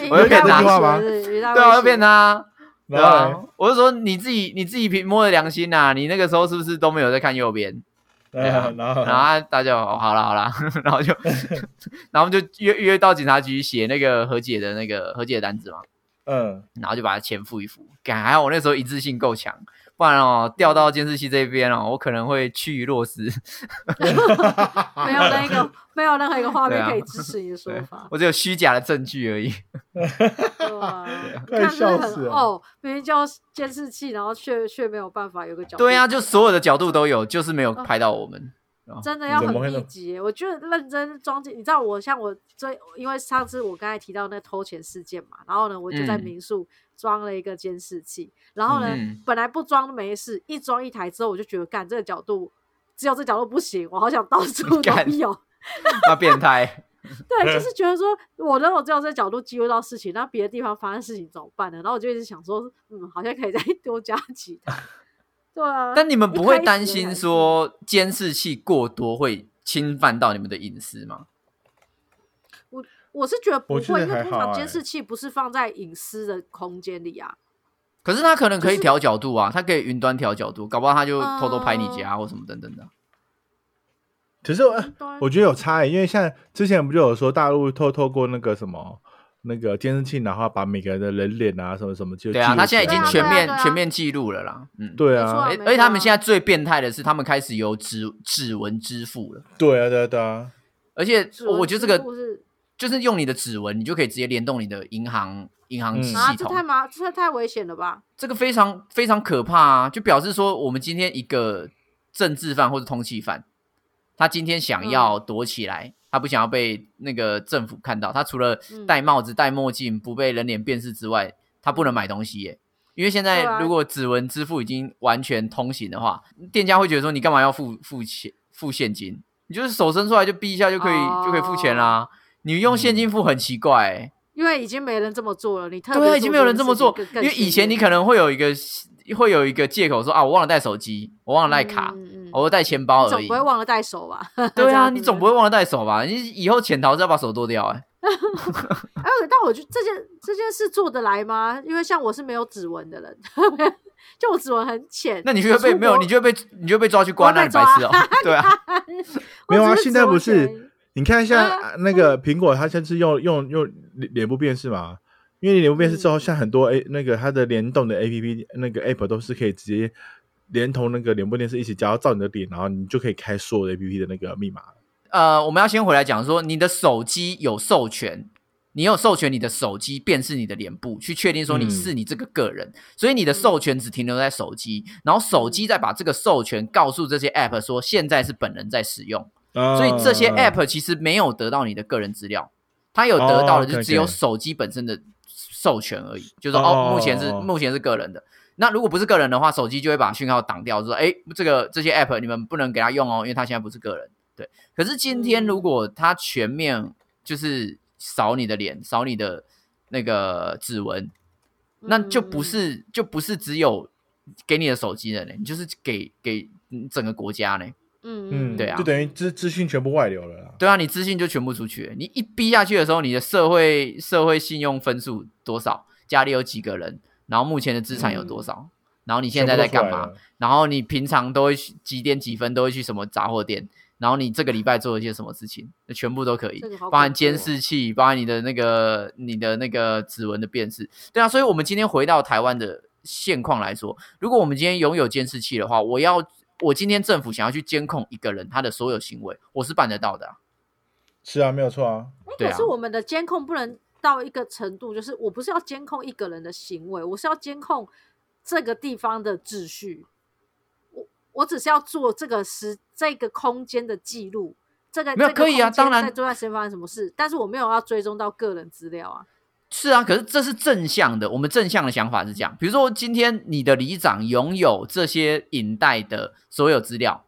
我就骗他话吗对对啊，我就骗他。对然后啊，我就说你自己你自己凭摸着良心呐、你那个时候是不是都没有在看右边？嘞对啊然后然后他大家哦好啦好 啦，然后就然后就约约到警察局写那个和解的那个和解单子嘛，嗯，然后就把钱付一付。感还好我那时候一致性够强，不然哦调到监视器这边哦，我可能会趋于弱势。没有那 个没有任何一个画面对啊可以支持你的说对法，我只有虚假的证据而已。对啊， 快看笑真的死很了哦，明明叫监视器，然后却却没有办法有个角度，对啊，就所有的角度都有，就是没有哦拍到 我们。真的要怎么会很呢密集耶。我觉得认真装进，你知道我像我最，因为上次我刚才提到那偷钱事件嘛，然后呢，我就在嗯民宿装了一个监视器，然后呢，嗯本来不装没事，一装一台之后，我就觉得干这个角度，只有这角度不行，我好想到 处都干有。 那变态，对，就是觉得说，我如果只有这角度记录到事情，那别的地方发生事情怎么办呢？然后我就一直想说，嗯，好像可以再 多加几台。对啊，但你们不一会开担始还心是说监视器过多会侵犯到你们的隐私吗？我是觉得不我觉得会，因为还通好常欸监视器不是放在隐私的空间里啊。可是他可能可以调角度啊，他可以云端调角度，搞不好他就偷偷拍你家嗯或什么等等的。可是我对啊我觉得有差、欸，因为像之前不就有说大陆透透过那个什么那个监视器，然后把每个人的人脸啊什么什么就对啊，记录他现在已起来经了全面对啊对啊全面记录了啦。嗯，。对没错啊啊而而且他们现在最变态的是，他们开始有指指纹支付了，对啊对啊对啊，而且指我纹我觉得这支付个是就是用你的指纹，你就可以直接联动你的银行银行嗯系啊，这统。太麻，这太危险了吧？这个非常非常可怕啊！就表示说，我们今天一个政治犯或者通缉犯，他今天想要嗯躲起来，他不想要被那个政府看到。他除了嗯戴帽子、戴墨镜、不被人脸辨识之外，他不能买东西耶。因为现在对啊如果指纹支付已经完全通行的话，店家会觉得说你干嘛要付付钱付现金？你就是手伸出来就逼一下就可以、哦就可以付钱啦。你用现金付很奇怪欸耶、因为已经没人这么做了，你特别对啊，做已经没有人这么做件事，情因更为以前你更可能会有一个会有一个借口说啊，我忘了带手机，我忘了带卡，嗯嗯嗯我带钱包你而总已不。会忘了带手吧？ 对啊，这样子你总不会忘了带手吧？你以后潜逃是要把手剁掉哎、哎，但我觉得这件这件事做得来吗？因为像我是没有指纹的人， 就我指纹很浅。那你就会被没有，你就会被你就会被抓去关我啊，要你被白痴哦、 对啊，没有啊，我只是现在不指纹而已是，你看像啊啊那个苹果，它先是用用用脸脸部辨识嘛，因为脸部辨识之后，嗯像很多 A 那个它的联动的 A P P 那个 App 都是可以直接连同那个脸部辨识一起，只要照你的脸，然后你就可以开所有的 A P P 的那个密码了。呃，我们要先回来讲说，你的手机有授权，你有授权你的手机辨识你的脸部，去确定说你嗯是你这个个人，所以你的授权只停留在手机，然后手机再把这个授权告诉这些 app 说现在是本人在使用。所以这些啊 App 其实没有得到你的个人资料，它有得到的哦就，OK，OK 只有手机本身的授权而已，就是说哦哦，目前是哦哦目前是个人的。那如果不是个人的话，手机就会把讯号挡掉，就说哎，这个这些 App 你们不能给他用哦，因为它现在不是个人。对，可是今天嗯如果它全面就是扫你的脸，扫你的那个指纹，那就不是就不是只有给你的手机了呢，你就是给给嗯整个国家呢。嗯嗯，对啊就等于资资讯全部外流了啦。对啊，你资讯就全部出去了。你一逼下去的时候，你的社会社会信用分数多少？家里有几个人？然后目前的资产有多少？然后你现在在干嘛？然后你平常都会去几点几分都会去什么杂货店？然后你这个礼拜做了些什么事情？那全部都可以这个好，包恐含怖监哦视器，包含你的那个你的那个指纹的辨识。对啊，所以我们今天回到台湾的现况来说，如果我们今天拥有监视器的话，我要我今天政府想要去监控一个人他的所有行为，我是办得到的啊、是啊，没有错啊。对可啊是我们的监控不能到一个程度，就是我不是要监控一个人的行为，我是要监控这个地方的秩序。我我只是要做这个时这个空间的记录，这个没有这个可以啊空间当然在这段时间发生什么事，但是我没有要追踪到个人资料啊。是啊，可是这是正向的。我们正向的想法是这样，比如说今天你的里长拥有这些影带的所有资料，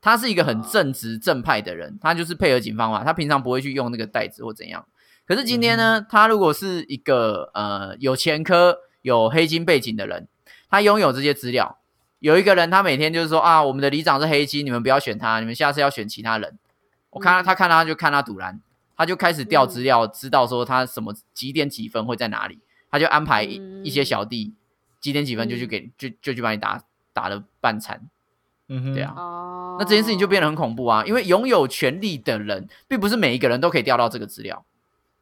他是一个很正直正派的人，他就是配合警方嘛，他平常不会去用那个袋子或怎样。可是今天呢，他如果是一个呃有前科、有黑金背景的人，他拥有这些资料。有一个人，他每天就是说啊，我们的里长是黑金，你们不要选他，你们下次要选其他人。我看他，他看他就看他赌篮，他就开始调资料，知道说他什么几点几分会在哪里，他就安排一嗯一些小弟几点几分就去给就就去把你打打了半残，嗯哼，对啊。哦，那这件事情就变得很恐怖啊，因为拥有权利的人，并不是每一个人都可以调到这个资料，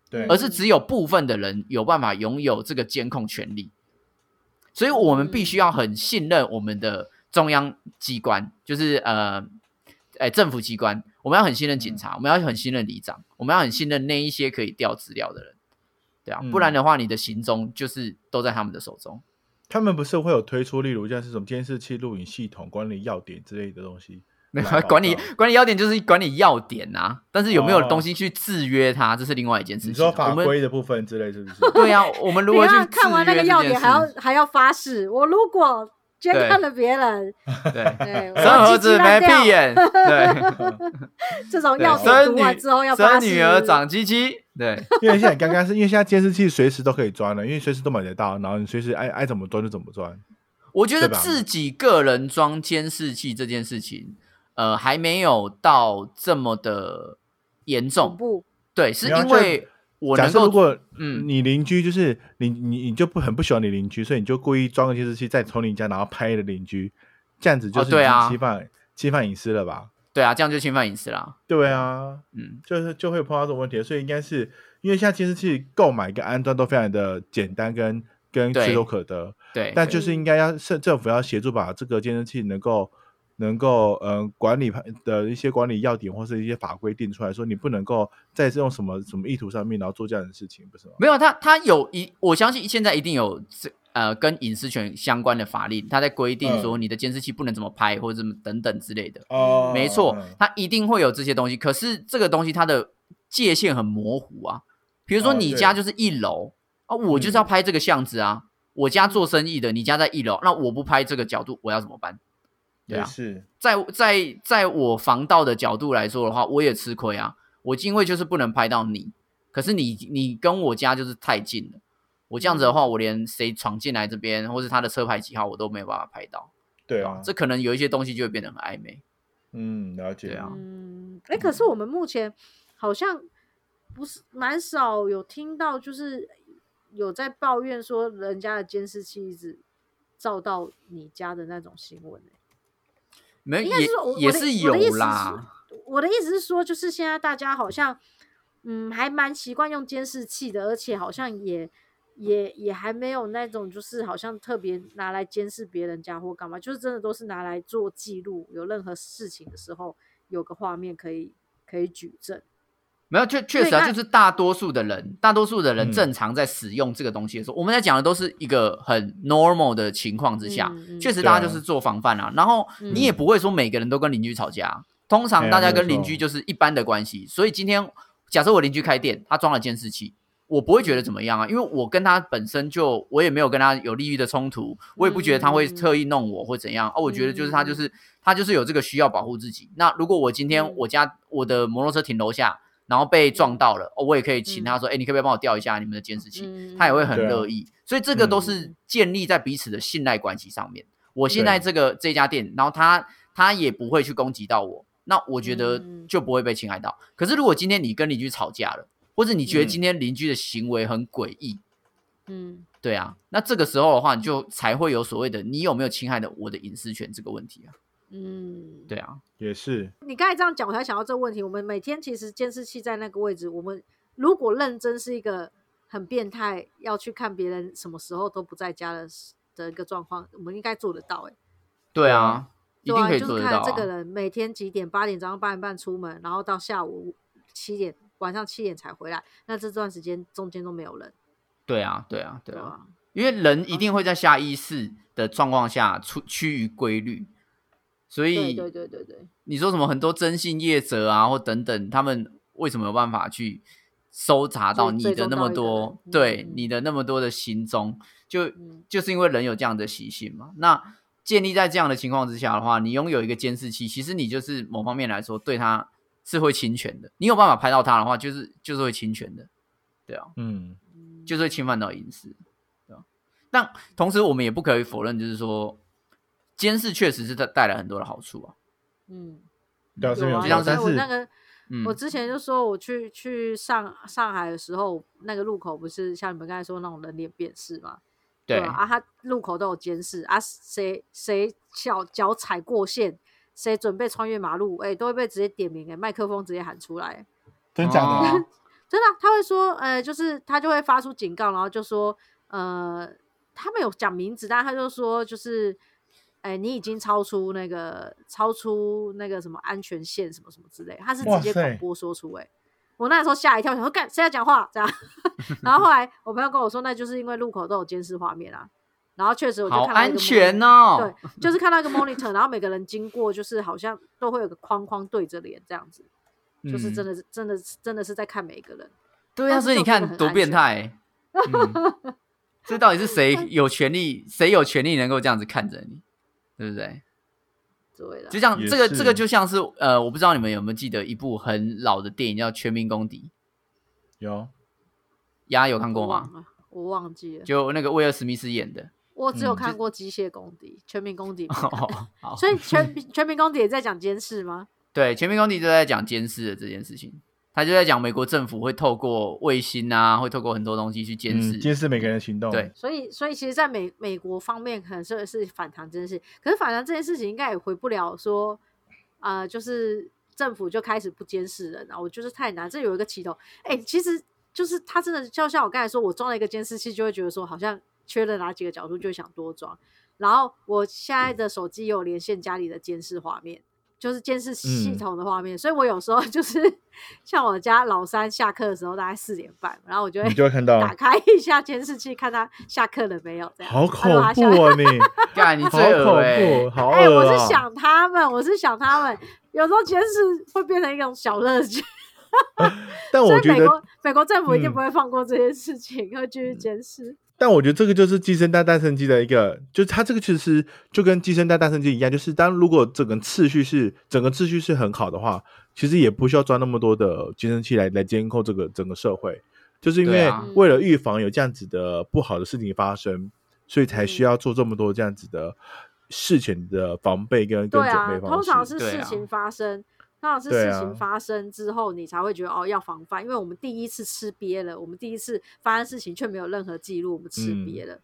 对而是只有部分的人有办法拥有这个监控权利。所以我们必须要很信任我们的中央机关，就是呃，哎，政府机关，我们要很信任警察，我们要很信任里长，我们要很信任那一些可以调资料的人，对啊，嗯不然的话，你的行踪就是都在他们的手中。他们不是会有推出，例如像是什么监视器、录影系统、管理要点之类的东西。没有来报管理告管理要点就是管理要点啊，但是有没有哦东西去制约它，这是另外一件事情。你说法我们规的部分之类是不是？ 对呀、我们如你何去看看完那制个约这要件点，事还要 还要发誓，我如果监对看了别 人，对对，我 生儿鸡鸡子没烂掉屁眼，对这 种对药，水生读完之后要女发生誓，女儿长鸡鸡，对因为现在刚刚是因为现在监视器随时都可以装了，因为随时都买得到，然后你随时哎爱爱怎么装就怎么装。 我觉得对吧自己个人装监视器这件事情，呃，还没有到这么的严恐重，怖，对，是没有啊因为我假能设如够果嗯你邻居就是你你你就不很不喜欢你邻居，所以你就故意装个监视器在从你家然后拍了邻居，这样子就哦是对啊已经侵犯、侵犯隐私了吧？对啊，这样就侵犯隐私啦，对啊，嗯，就是就会碰到这种问题，所以应该是因为现在监视器购买跟安装都非常的简单跟跟对随手可得，对，但就是应该要政政府要协助把这个监视器能够能够呃管理的一些管理要点或是一些法规定出来说，你不能够在这种什么什么意图上面然后做这样的事情，不是吗？没有，他他有一，我相信现在一定有这呃跟隐私权相关的法令，他在规定嗯说你的监视器不能怎么拍或者怎么等等之类的。哦嗯没错，它一定会有这些东西。可是这个东西它的界限很模糊啊。比如说哦你对家就是一楼、啊，我就是要拍这个巷子啊。我家做生意的，你家在一楼，那我不拍这个角度，我要怎么办？对也啊，是，在在在我防盗的角度来说的话，我也吃亏啊。我因为就是不能拍到你，可是你你跟我家就是太近了。我这样子的嗯话，我连谁闯进来这边，或是他的车牌几号，我都没有办法拍到。对啊，这可能有一些东西就会变得很暧昧。嗯，了解，对啊嗯，哎、可是我们目前好像不是蛮少有听到，就是有在抱怨说人家的监视器一直照到你家的那种新闻、欸。没应有该呃也是说我也我的是意有我的意思啦，是我的意思是说，就是现在大家好像，嗯，还蛮习惯用监视器的，而且好像也也也还没有那种就是好像特别拿来监视别人家或干嘛，就是真的都是拿来做记录，有任何事情的时候有个画面可以可以举证。没有确确实啊，那就是大多数的人，大多数的人嗯正常在使用这个东西的时候，我们在讲的都是一个很 normal 的情况之下，嗯嗯确实对大啊家就是做防范啊。然后嗯你也不会说每个人都跟邻居吵架，啊通哎常呀大家没有跟邻错居就是一般的关系。所以今天假设我邻居开店，他装了监视器。我不会觉得怎么样啊，因为我跟他本身就，我也没有跟他有利益的冲突，我也不觉得他会嗯特意弄我或怎样啊。我觉得就是他嗯就是他就是有这个需要保护自己。那如果我今天嗯我家我的摩托车停楼下，然后被撞到了，哦，我也可以请他说，哎、你可不可以帮我调一下你们的监视器？嗯他也会很对啊乐意。所以这个都是嗯建立在彼此的信赖关系上面。我信赖对这个这家店，然后他他也不会去攻击到我，那我觉得嗯就不会被侵害到。可是如果今天你跟邻居吵架了，或者你觉得嗯今天邻居的行为很诡异，嗯对啊，那这个时候的话，你就才会有所谓的你有没有侵害的我的隐私权这个问题啊。嗯，对啊，也是，你刚才这样讲，我才想到这个问题。我们每天其实监视器在那个位置，我们如果认真是一个很变态，要去看别人什么时候都不在家的时的一个状况，我们应该做得到、欸。哎，对啊，一对定啊，可以就做是得到、看啊。这个人每天几点，八点早上八点半出门，然后到下午七点，晚上七点才回来。那这段时间中间都没有人，对啊，对啊，对对嗯啊，吧？因为人一定会在下意识的状况下出趋于规律，所对以对对对对，你说什么很多征信业者啊，或等等，他们为什么有办法去搜查到去你追的踪那么到一个多，人对嗯你的那么多的行踪，就嗯就是因为人有这样的习性嘛。那建立在这样的情况之下的话，你拥有一个监视器，其实你就是某方面来说对他是会侵权的。你有办法拍到他的话，就是就是会侵权的，对啊，嗯，就是会侵犯到隐私，对啊。但同时我们也不可以否认，就是说监视确实是带带来很多的好处啊。嗯，对啊，是没有有错，啊，像因但为我那是个嗯，我之前就说我去去上上海的时候，那个路口不是像你们刚才说那种人脸辨识嘛？对吧啊，他路口都有监视啊，谁谁脚脚踩过线，谁准备穿越马路，哎、都会被直接点名、哎，麦克风直接喊出来、真假的，哦真的啊、他会说，呃，就是他就会发出警告，然后就说，呃，他没有讲名字，但他就说，就是，哎、你已经超出那个超出那个什么安全线什么什么之类，他是直接哇塞广播说出、哎，我那时候吓一跳，想说干谁在讲话这样，然后后来我朋友跟我说，那就是因为路口都有监视画面啊，然后确实我就好看到一安个全 monitor- 哦。对，就是看到一个 monitor，然后每个人经过，就是好像都会有个框框对着脸这样子，就是嗯真的是真的是真的是在看每一个人。对啊，但是所以你就真的看很多安变全态 欸、嗯，这到底是谁有权利？谁有权利能够这样子看着你，对不对？对的，就像也这个是这个就像是呃，我不知道你们有没有记得一部很老的电影叫《全民公敌有》，丫丫有看过我吗忘？了，我忘记了， 就那个威尔史密斯演的。 我只有嗯看过《机械公敌》《全民公敌》没看，哦，好，所以全全民公敌也在讲监视吗？对《全民公敌》就在讲监视的这件事情，他就在讲美国政府会透过卫星啊，会透过很多东西去监视。嗯，监视每个人的行动，对，所以，所以其实，在美美国方面，可能是是反弹这件事，可是反弹这件事情应该也回不了说，呃，就是政府就开始不监视人啊，我就是太难，这有一个起头。哎、其实就是他真的就像我刚才说，我装了一个监视器，就会觉得说好像缺了哪几个角度，就会想多装。然后我现在的手机也有连线家里的监视画面，就是监视系嗯统的画面，所以我有时候就是 像我家老三下课的时候，大概四点半，然后我就会你就会看到，打开一下监视器，看他下课了没有？这样好恐啊如果他下怖 哦，你干你好最恶欸恐怖，好哎、恶我是啊！想他们，我是想他们，有时候监视会变成一种小乐趣。但所我以觉美得，国美国政府一定嗯不会放过这些事情，会继续监视。但我觉得这个就是寄生蛋蛋生鸡的一个，就是它这个其实就跟寄生蛋蛋生鸡一样，就是当如果整个次序是整个秩序是很好的话，其实也不需要装那么多的监视器来来监控这个整个社会，就是因对为嗯啊为了预防有这样子的不好的事情发生，所以才嗯需要做这么多这样子的事情的防备跟跟对准啊，备通方式。常是对事啊情发生，通常是对事啊情发生之后，你才会觉得哦要防范，因为我们第一次吃瘪了，我们第一次发生事情却没有任何记录，我们吃嗯瘪了。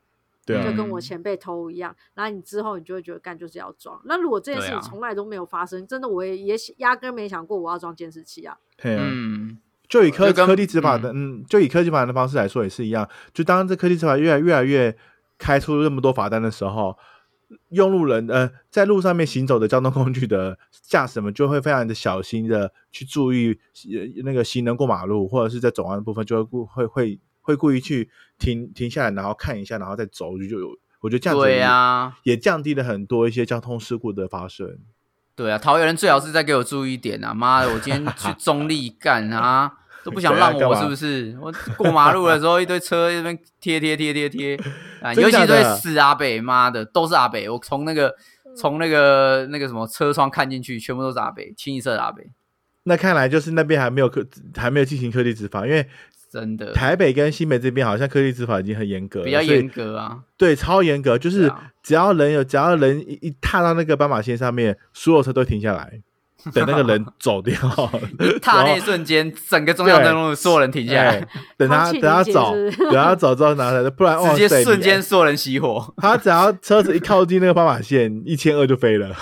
对就啊，跟我嗯前辈偷一样，然后你之后你就会觉得干就是要装。那如果这件事对情啊从来都没有发生，真的我也也想压根没想过我要装监视器啊。嘿啊嗯，就以科就跟科技执法的，嗯，就以科技执法的方式来说也是一样。就当这科技执法越来越来越开出那么多罚单的时候，用路人呃在路上面行走的交通工具的驾驶们就会非常的小心的去注意呃那个行人过马路或者是在转弯的部分就会故会会会故意去停停下来，然后看一下，然后再走。就就有我觉得这样子对呀、啊。也降低了很多一些交通事故的发生。对啊，桃园人最好是再给我注意一点啊！妈的，我今天去中立干啊， 都不想让对啊我干嘛是不是？我过马路的时候，一堆车在那边贴贴贴贴贴，啊，真的尤其假的是对死阿北，妈的，都是阿北。我从那个从那个那个什么车窗看进去，全部都是阿北，清一色的阿北，那看来就是那边还没有科还没有进行科技执法，因为真的台北跟新北这边好像科技执法已经很严格了，比较所以严格啊。对，超严格，就对是啊只要人有，只要人一一踏到那个斑马线上面，所有车都停下 来，等那个人走掉，踏那然一后瞬间，整个中央灯笼所有 人停下来， 哎等他空气等他凝结走是不，是等他走之后拿来，不然哇直接塞瞬你间所有人熄火。他只要车子一靠近那个斑马线，一千二就飞了，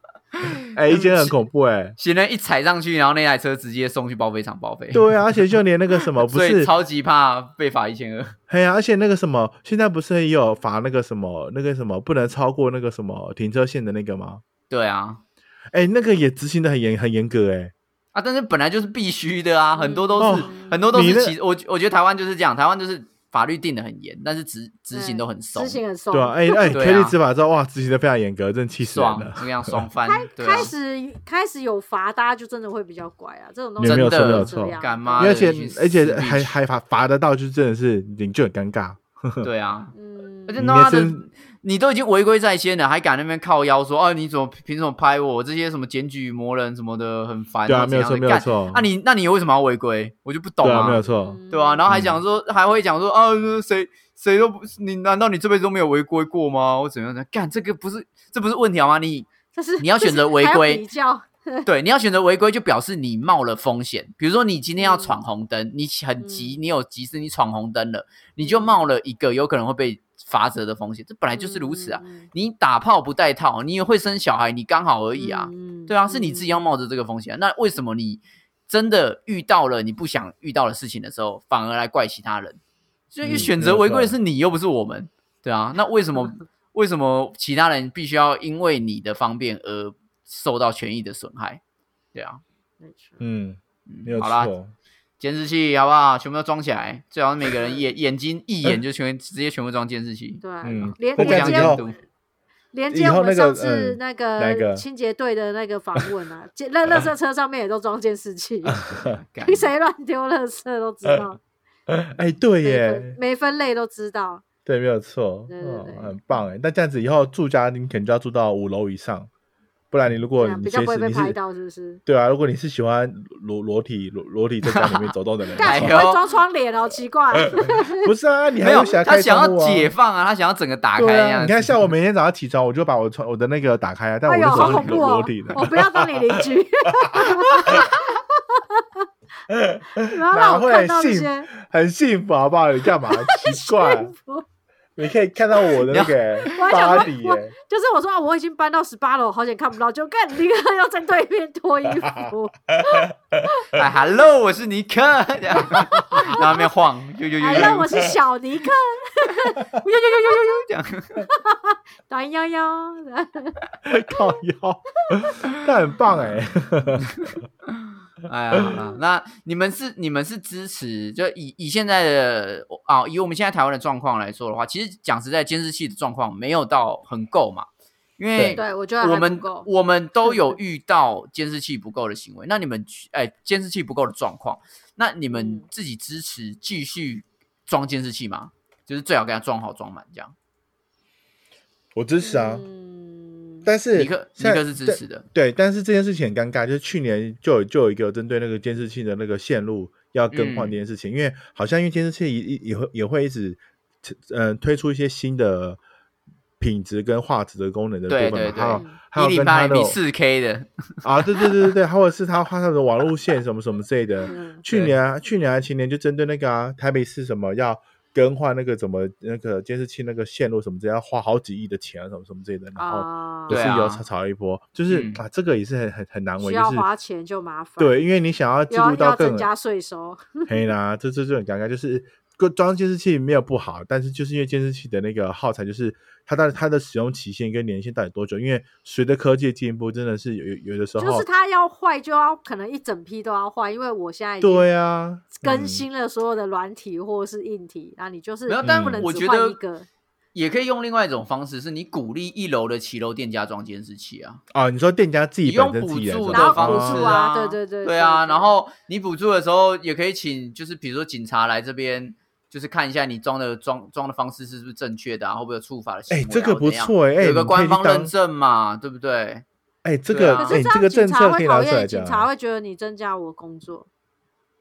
哎，一千很恐怖哎，行人一踩上去，然后那台车直接送去报废厂报废。对啊，而且就连那个什么不所以是超级怕被罚一千二。哎呀，而且那个什么，现在不是也有罚那个什么，那个什么不能超过那个什么停车线的那个吗？对啊，哎，那个也执行的很严，很严格哎。啊，但是本来就是必须的啊，嗯很多都是、哦很多都你是那其我我觉得台湾就是这样，台湾就是法律定的很严，但是执执行都很松执，行很松。对啊，哎哎，对科啊技执法之后，哇，执行的非常严格，真的气死人爽了。这个样 爽翻，对啊开，始开始有罚，大家就真的会比较乖啊。这种东西没有就错没有是这错样干因妈为的而且啊去死而且必还须还罚罚得到，就真的是你就很尴尬。对啊，嗯而且你他的妈的身你都已经违规在先了，还敢那边靠腰说，哦、你怎么凭什么拍我？这些什么检举魔人什么的，很烦。对啊，然后没怎有样错，的没有错干那、，你那你为什么要违规？我就不懂对啊，没有错，嗯对啊，然后还讲说，还会讲说，啊，谁谁都不，你难道你这辈子都没有违规过吗？我怎么样的？干这个不是这不是问条 吗？你这是你要这是选择违还要规比较，对你要选择违规，就表示你冒了风险。比如说你今天要嗯闯红灯，你很急，你有急事，你闯红灯了，你嗯就冒了一个有可能会被罚则的风险。这本来就是如此啊！嗯，你打炮不带套，你也会生小孩，你刚好而可已啊。嗯对啊，是你自己要嗯冒着这个风险啊、那为什么你真的遇到了你不想遇到的事情的时候，反而来怪其他人？所以嗯选没择有违规的错啊是你，又不是我们，对啊。那为 什么为什么其他人必须要因为你的方便而受到权益的损害？对啊，嗯，没有嗯，好啦，错，监视器好不好？全部都装起来，最好每个人眼眼睛 一眼就全直接全部装监视器，对啊，嗯，连那互这样相子连以后接连监督。以接我后们那上个次嗯那哪个个清洁队的那个访问啊，垃垃圾车上面也都装监 视器，干谁乱丢垃圾都知道，哎，对每分耶，每分类都知道。对，没有错，对对嗯对，很棒哎。那这样子以后住家你可能就要住到五楼以上，不然你如这果啊样你比较先不会是被你拍是到，是不是？对啊，如果你是喜欢裸裸体裸裸体在家里面走动的 人的哎干，呦我话，会装窗帘哦，奇怪。哎不是啊，你没还有会想他开想要窗户啊解放啊，他想要整个打对开这啊，样子。你看，像我每天早上起床，我就把我窗我的那个打开啊，但我哎呦，就好走恐是怖裸哦裸体的！，我不要当你邻居，不要让我看到那些很幸福，好不好？你 干嘛？奇怪幸，福。你可以看到我的那个我还想巴说黎我耶，就是我说啊，我已经搬到十八楼，好险看不到，就看你个要在对面脱衣服， 哎，Hello，我是尼克，这样然后那边晃，呦呦呦呦哎，呦，让我是小尼 克， 呦呦呦呦呦，这样，短腰腰，靠腰， 但很棒哎。哎呀，好啦那你们是你们是支持，就以以现在的啊，以我们现在台湾的状况来说的话，其实讲实在，监视器的状况没有到很够嘛，因为对我觉得我还不们够。我们都有遇到监视器不够的行为，那你们哎监视器不够的状况，那你们嗯自己支持继续装监视器吗？就是最好给它装好装满这样。我支持啊，嗯，但是尼克尼现在克是支持的，对，对但是这件事情很尴尬，就是去年就有就有一个针对那个监视器的那个线路要更换嗯这件事情，因为好像因为监视器也也也会也会一直呃推出一些新的品质跟画质的功能的部对分嘛，对对还有还一有零跟八它零的比四 K 的，啊，对对对对对，或者是它画上的网路线什么什么之类的，嗯去对年、啊、去年还前年就针对那个啊，台北市什么要更换那个怎么那个监视器那个线路什么之类，要花好几亿的钱啊，什么什么之类的，然后啊也对是啊有吵吵一波，就是、嗯啊，这个也是很很很难为，需就要是花钱就麻烦，，对，因为你想要记要录到要增更加税收，黑啦，这这就很尴尬，就是。装监视器没有不好，但是就是因为监视器的那个耗材，就是它到底它的使用期限跟年限到底多久？因为随着科技的进步，真的是有有有的时候，就是它要坏就要可能一整批都要换，因为我现在已经对啊，更嗯新了所有的软体或者是硬体，那你就是没有，你但不能嗯我只觉换得一个，也可以用另外一种方式，是你鼓励一楼的骑楼店家装监视器啊，啊，你说店家自己你用本身补自己人助是然后的吧补方助式啊对对对对对啊，对对然后你补助的时候也可以请，就是比如说警察来这边，就是看一下你装的装装的方式是不是正确的啊，会不会有触法的行哎、为啊、这个或不怎样，错哎、哎，有个你官可以方当认，证嘛，对不 对？哎、这对个啊哎、可是这个样政警察策可会以拿讨出来厌，警讲察啊，会觉得你增加我工作，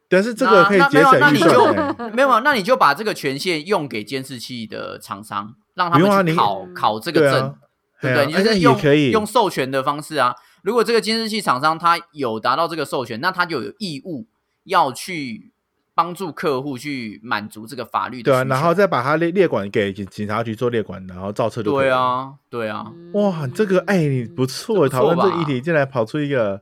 但是这个可以啊那节那省没预有那算、你哎就没有啊，那你就把这个权限用给监视器的厂商，让他不用啊们去你考、考这对个证啊，，对不哎对？呀哎你就那是也用可以用授权的方式啊。如果这个监视器厂商他有达到这个授权，那他就有义务要去帮助客户去满足这个法律的对啊，需然求后再把它列列管给警警察局做列管，然后造册就可以对了。啊，对啊，嗯哇，这个哎、你不错，这讨不错论这个议吧题，竟然跑出一个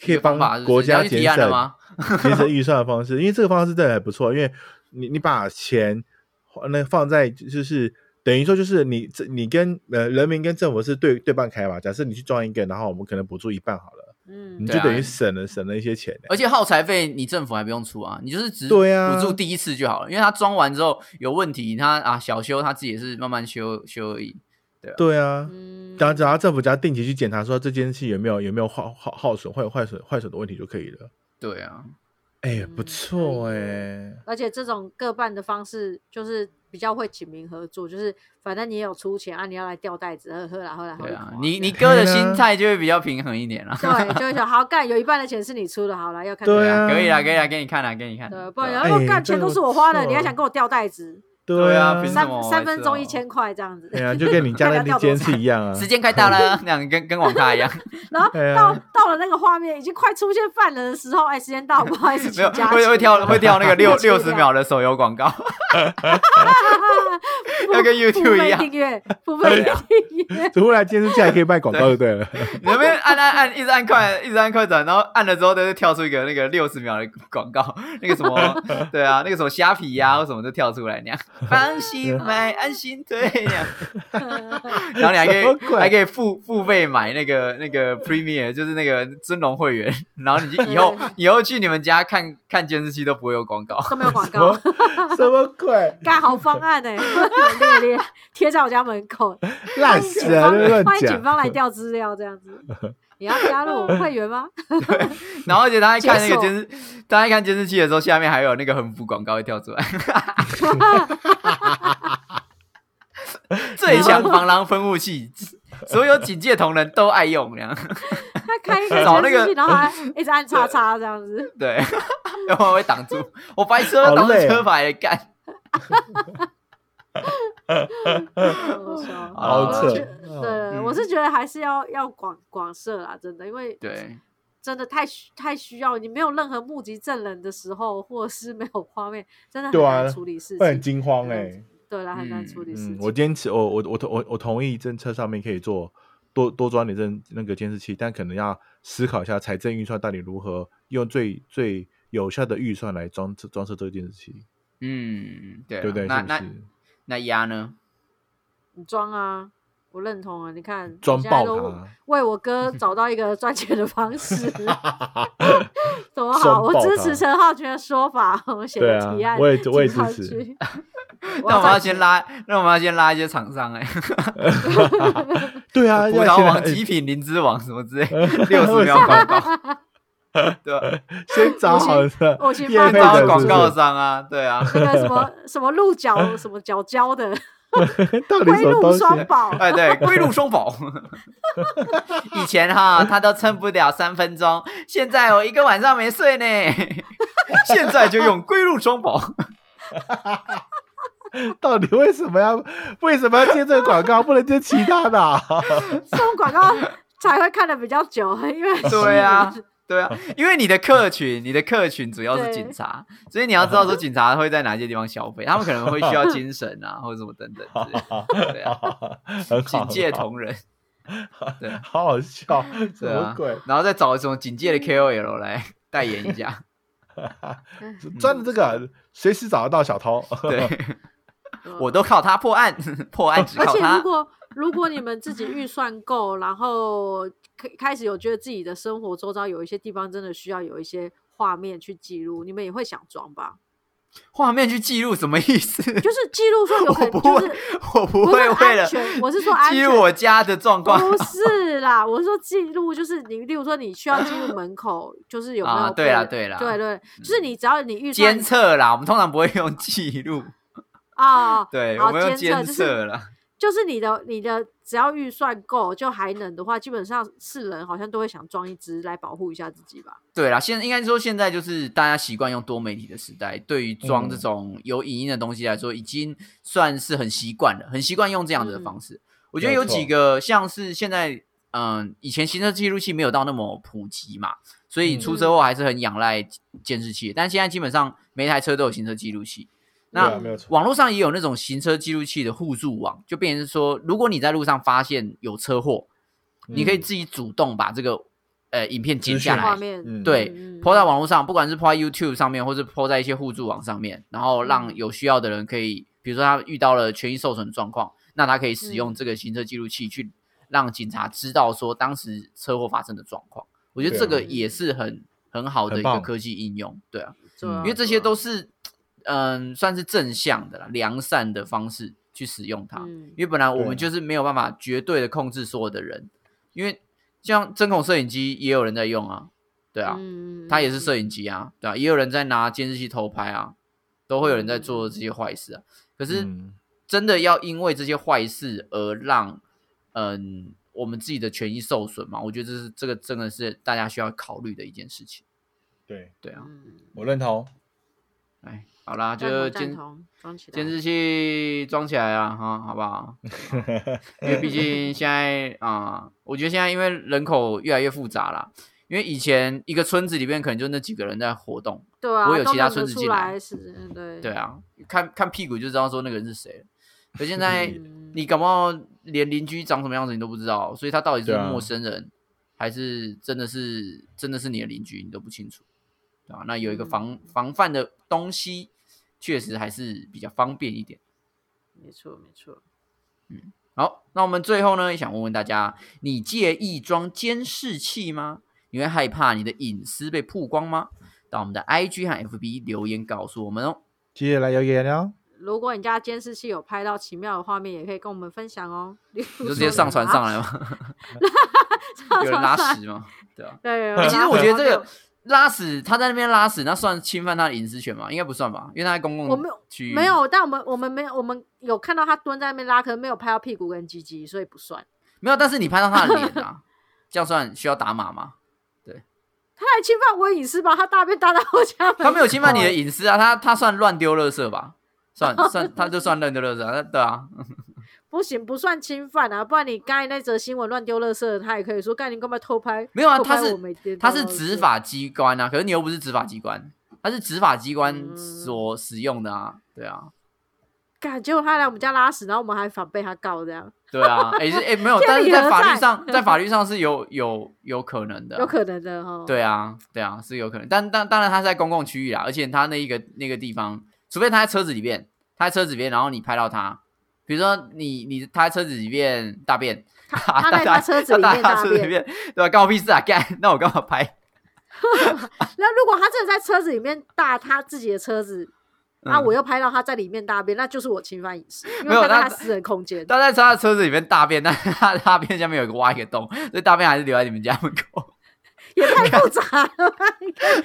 可这以个方法帮是国你要家去节提案了省吗？ 节省预算的方式，因为这个方式真的还不错，因为你你把钱花那放在就是等于说就是你这你跟呃人民跟政府是对对半开嘛，假设你去装一个，然后我们可能补助一半好了，嗯你，对就啊等于省了、省了一些钱、而且耗材费你政府还不用出啊，你就是只对啊补助第一次就好了，因为他装完之后有问题，他啊小修他自己也是慢慢修修而已。对呃啊，嗯然后只要政府只要定期去检查说这监视器有没有有没有耗耗耗损、坏坏损、坏损的问题就可以了。对啊，哎、嗯不错可哎、嗯以而且这种各办的方式，就是比较会请民合作，就是反正你也有出钱啊，你要来吊袋子，喝喝啦喝啦喝对啦。啊喝，啦你你对哥的心态就会比较平衡一点 啦。对，就会想好干，有一半的钱是你出的，好了要看。对啊可以啦，可以啦，给你看啦，给你看。对，不然对然啊哎后干钱都是我花的，这个不错你还想跟我吊袋子？对啊啊，凭什三么三分钟是哦一千块这样子。哎呀，就跟你家那那间是一样嗯啊。时间快到了，那样跟跟网咖一 样，然后啊哎呀到到了那个画面，已经快出现犯人的时候，哎，时间到，不好意思， 没请有加会钱会跳会跳 那个六请加六十秒的手游广告，不要跟 YouTube 付费一样订阅，付费订阅。突然监视器还可以卖广告就对了，你那边按按按，一直按快，一直按快转，然后按了之后，它就跳出一个那个六十秒的广告， 那个什 么，对啊，那个什么虾皮呀、或什么就跳出来那样，放心买，安心 退那样，啊然后你还可什么以鬼还可以付付费买那个那个 Premier，就是那个尊龙会员，然后你就以后以后去你们家看看监视器都不会有广告。 都没有广 告，什么 鬼？干好方案欸呢、很烈烈贴在我家门口，烂警死啊了，方乱欢迎警讲。方来调资料这样子。你要加入我们会员吗？然后而且他在看那解个锁监视，他在看监视器的时候，下面还有那个横幅广告会跳出来。最强防狼喷雾器，所有警戒同仁都爱用，这样他开一个找那监视个器，然后还一直按叉叉这样 子，对，要不然会挡住我白车好挡住累啊车牌干。我说好扯我觉得对，嗯我是觉得还是要要广广设啦，真的，因为对，真的太需太需要你没有任何目击证人的时候，或者是没有画面，真的很对啊难处理事会很情。惊慌哎、对啊对啦，很难处理事嗯情，。我坚持，我我我同我我同意政策上面可以做多多装点证那个监视器，但可能要思考一下财政预算到底如何用最最有效的预算来装装设这个监视器，嗯，对啊，对不对？那是不那是？那鸭呢？你装啊，我认同啊。你看，装我现在爆都它为我嗯哥找到一个赚钱的 方式， 装多好！我爆支他持陈浩群的说法， 我写对的啊提案，我也我也请浩支持 群 我那我们要赚先钱拉，那我们要先拉一些厂商哎、 对啊，葡要萄先王、哎极品、灵芝王什么之类，六十秒广告，对啊吧？ 先找好了我先业帮配你找的广告是商啊，对啊， 那个什么什么鹿角什么角 胶的不是哎到底龟什么鹿东啊西？双宝， 哎，对，龟鹿双宝。 以前哈，他都撑不了三分钟，现在我一个晚上没睡呢。 现在就用龟鹿双宝， 到底为什么要为什么要接这个广告？不能接其他的啊、这种广告才会看的比较久，因为很 对啊吸引，对啊，因为你的客群，你的客群主要是警察，所以你要知道说警察会在哪些地方消费，他们可能会需要精神啊， 或者什么等等之类的，对 啊， 很警好，戒同仁，对啊。好好笑，什对啊么鬼？然后再找什么警戒的 KOL 来代言一 下。钻的这个啊随时找得到小偷。嗯 对，嗯我都靠他破案， 破案只而靠且如他。果如果你们自己预算够，然后开开始有觉得自己的生活周遭有一些地方真的需要有一些画面去记录，你们也会想装吧？画面去记录什么意思？ 就是记录说有可我能不就会是，我不不是会为了安全我是说安记全录我家的状况。不是啦，我是说记录，就是你，例如说你需要记录门 口，就是有没有啊被对啦对啦嗯对对，就是你只要你预算 监测啦，我们通常不会用记录，啊，对，好我们用监测监就是测啦。就是你的你的只要预算够就还能的话，基本上是人好像都会想装一只来保护一下自己吧。对啦，现在应该说现在就是大家习惯用多媒体的时代，对于装嗯这种有影音的东西来说，已经算是很习惯了，很习惯用这样子的嗯方式。我觉得没有有几错个像是现在，嗯，以前行车记录器没有到那么普及嘛，所以嗯出车祸还是很仰赖监视器的。但现在基本上每一台车都有行车记录器，那对啊没有错网络上也有那种行车记录器的互助网，就变成是说，如果你在路上发现有车祸，你可以自己主动把这个呃影片截资下讯来，画面嗯对嗯嗯抛在网络上，不管是抛在 YouTube 上面，或是抛在一些互助网上面，然后让嗯有需要的人可以，比如说他遇到了权益受损的状况，那他可以使用这个行车记录器去让警察知道说当时车祸发生的状况。我觉得对啊这个也是很很好的一很个棒科技应用，对啊，对啊因为这对些啊都是嗯算是正向的啦，良善的方式去使用它。嗯因为本来我对们就是没有办法绝对的控制所有的人，因为像针孔摄影机也有人在用啊，对啊，嗯它也嗯是摄影机啊，对啊，也有人在拿监视器偷拍啊，都会有人在做这些坏事啊。可是嗯真的要因为这些坏事而让嗯我们自己的权益受损吗？我觉得这是这个真的是大家需要考虑的一件事情。对对啊，嗯，我认同。哎，好啦，赞就同赞监同，装起来监视器装起来啊，哈，好不好？因为毕竟现在啊、我觉得现在因为人口越来越复杂啦，因为以前一个村子里面可能就那几个人在活动，对啊，不会有都其他认村不子出进来来是，嗯对对，啊，看看屁股就知道说那个人是谁了。可现在嗯哎你搞不好连邻居长什么样子你都不知道，所以他到底是对啊陌生人、还是真的是真的是你的邻居，你都不清楚，对啊，那有一个防、嗯防范的东西，确实还是比较方便一点。没错没错，好，那我们最后呢，也想问问大家，你介意装监视器吗？你会害怕你的隐私被曝光吗？到我们的 IG 和 FB 留言告诉我们哦。接下来留言 哦，如果你家监视器有拍到奇妙的画面，也可以跟我们分享哦。 你你就就直接上传啊上来 吗？有人拉屎吗？对啊，对，有欸人其实拉我屎觉得吗这个对啊拉屎，他在那边拉屎，那算侵犯他的隐私权吗？应该不算吧，因为他在公我共没有区域。没，有，但我们我们没有，我们有看到他蹲在那边拉，可是没有拍到屁股跟鸡鸡，所以不算。没有，但是你拍到他的脸啊， 这样算需要打码吗？他来侵犯我隐私吧？他大便搭在我家门口，他没有侵犯你的隐私啊，他他算乱丢垃圾吧？算算，他就算乱丢垃圾、啊，那对啊，不行，不算侵犯啊！不然你刚才那则新闻乱丢垃圾，他也可以说干你干嘛偷拍？没有啊，偷他拍是我没丢他到是垃圾执，法机关啊，可是你又不是执法机关，他是执法机关嗯所使用的啊，对啊，干结果他来我们家拉屎，然后我们还反被他告，这样对啊，哎、是哎、没 有，天但是理在何法律在上，在法律上是有有有可能的啊、有可能的哦。对啊，对啊，是有可能，但但当然他是在公共区域啦，而且他那一个那个地方，除非他在车子里面，他在车子里面，然后你拍到他，比如说你你他在车子里面大便，他他 在他车子里面他大车子里便面，对吧、干我屁事啊，干，那我干嘛拍？那如果他真的在车子里面大他自己的车子，那、嗯我又拍到他在里面大便，那就是我侵犯隐私，因没为有他在那他私人空间。他在他的车子里面大便，但是他的大便下面有一个挖一个洞，所以大便还是留在你们家门口。 也太复杂了吧！你看就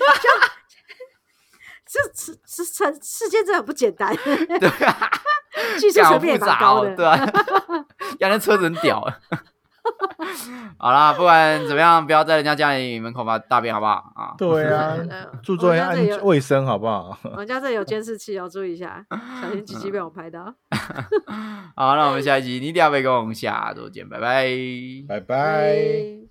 这这这世界真的很不简单，对啊，技术干好层面复也蛮杂高哦，的。对啊，养那车子很屌啊。好啦，不管怎么样，不要在人家家里门口把大便，好不好啊？对啊，呃注重一下我安们家这里有卫生好不好？我们家这里有监视器哦，注意一下，小心鸡鸡被我拍到。好，那我们下一集你一定要被跟我们下周见，拜拜。拜拜。拜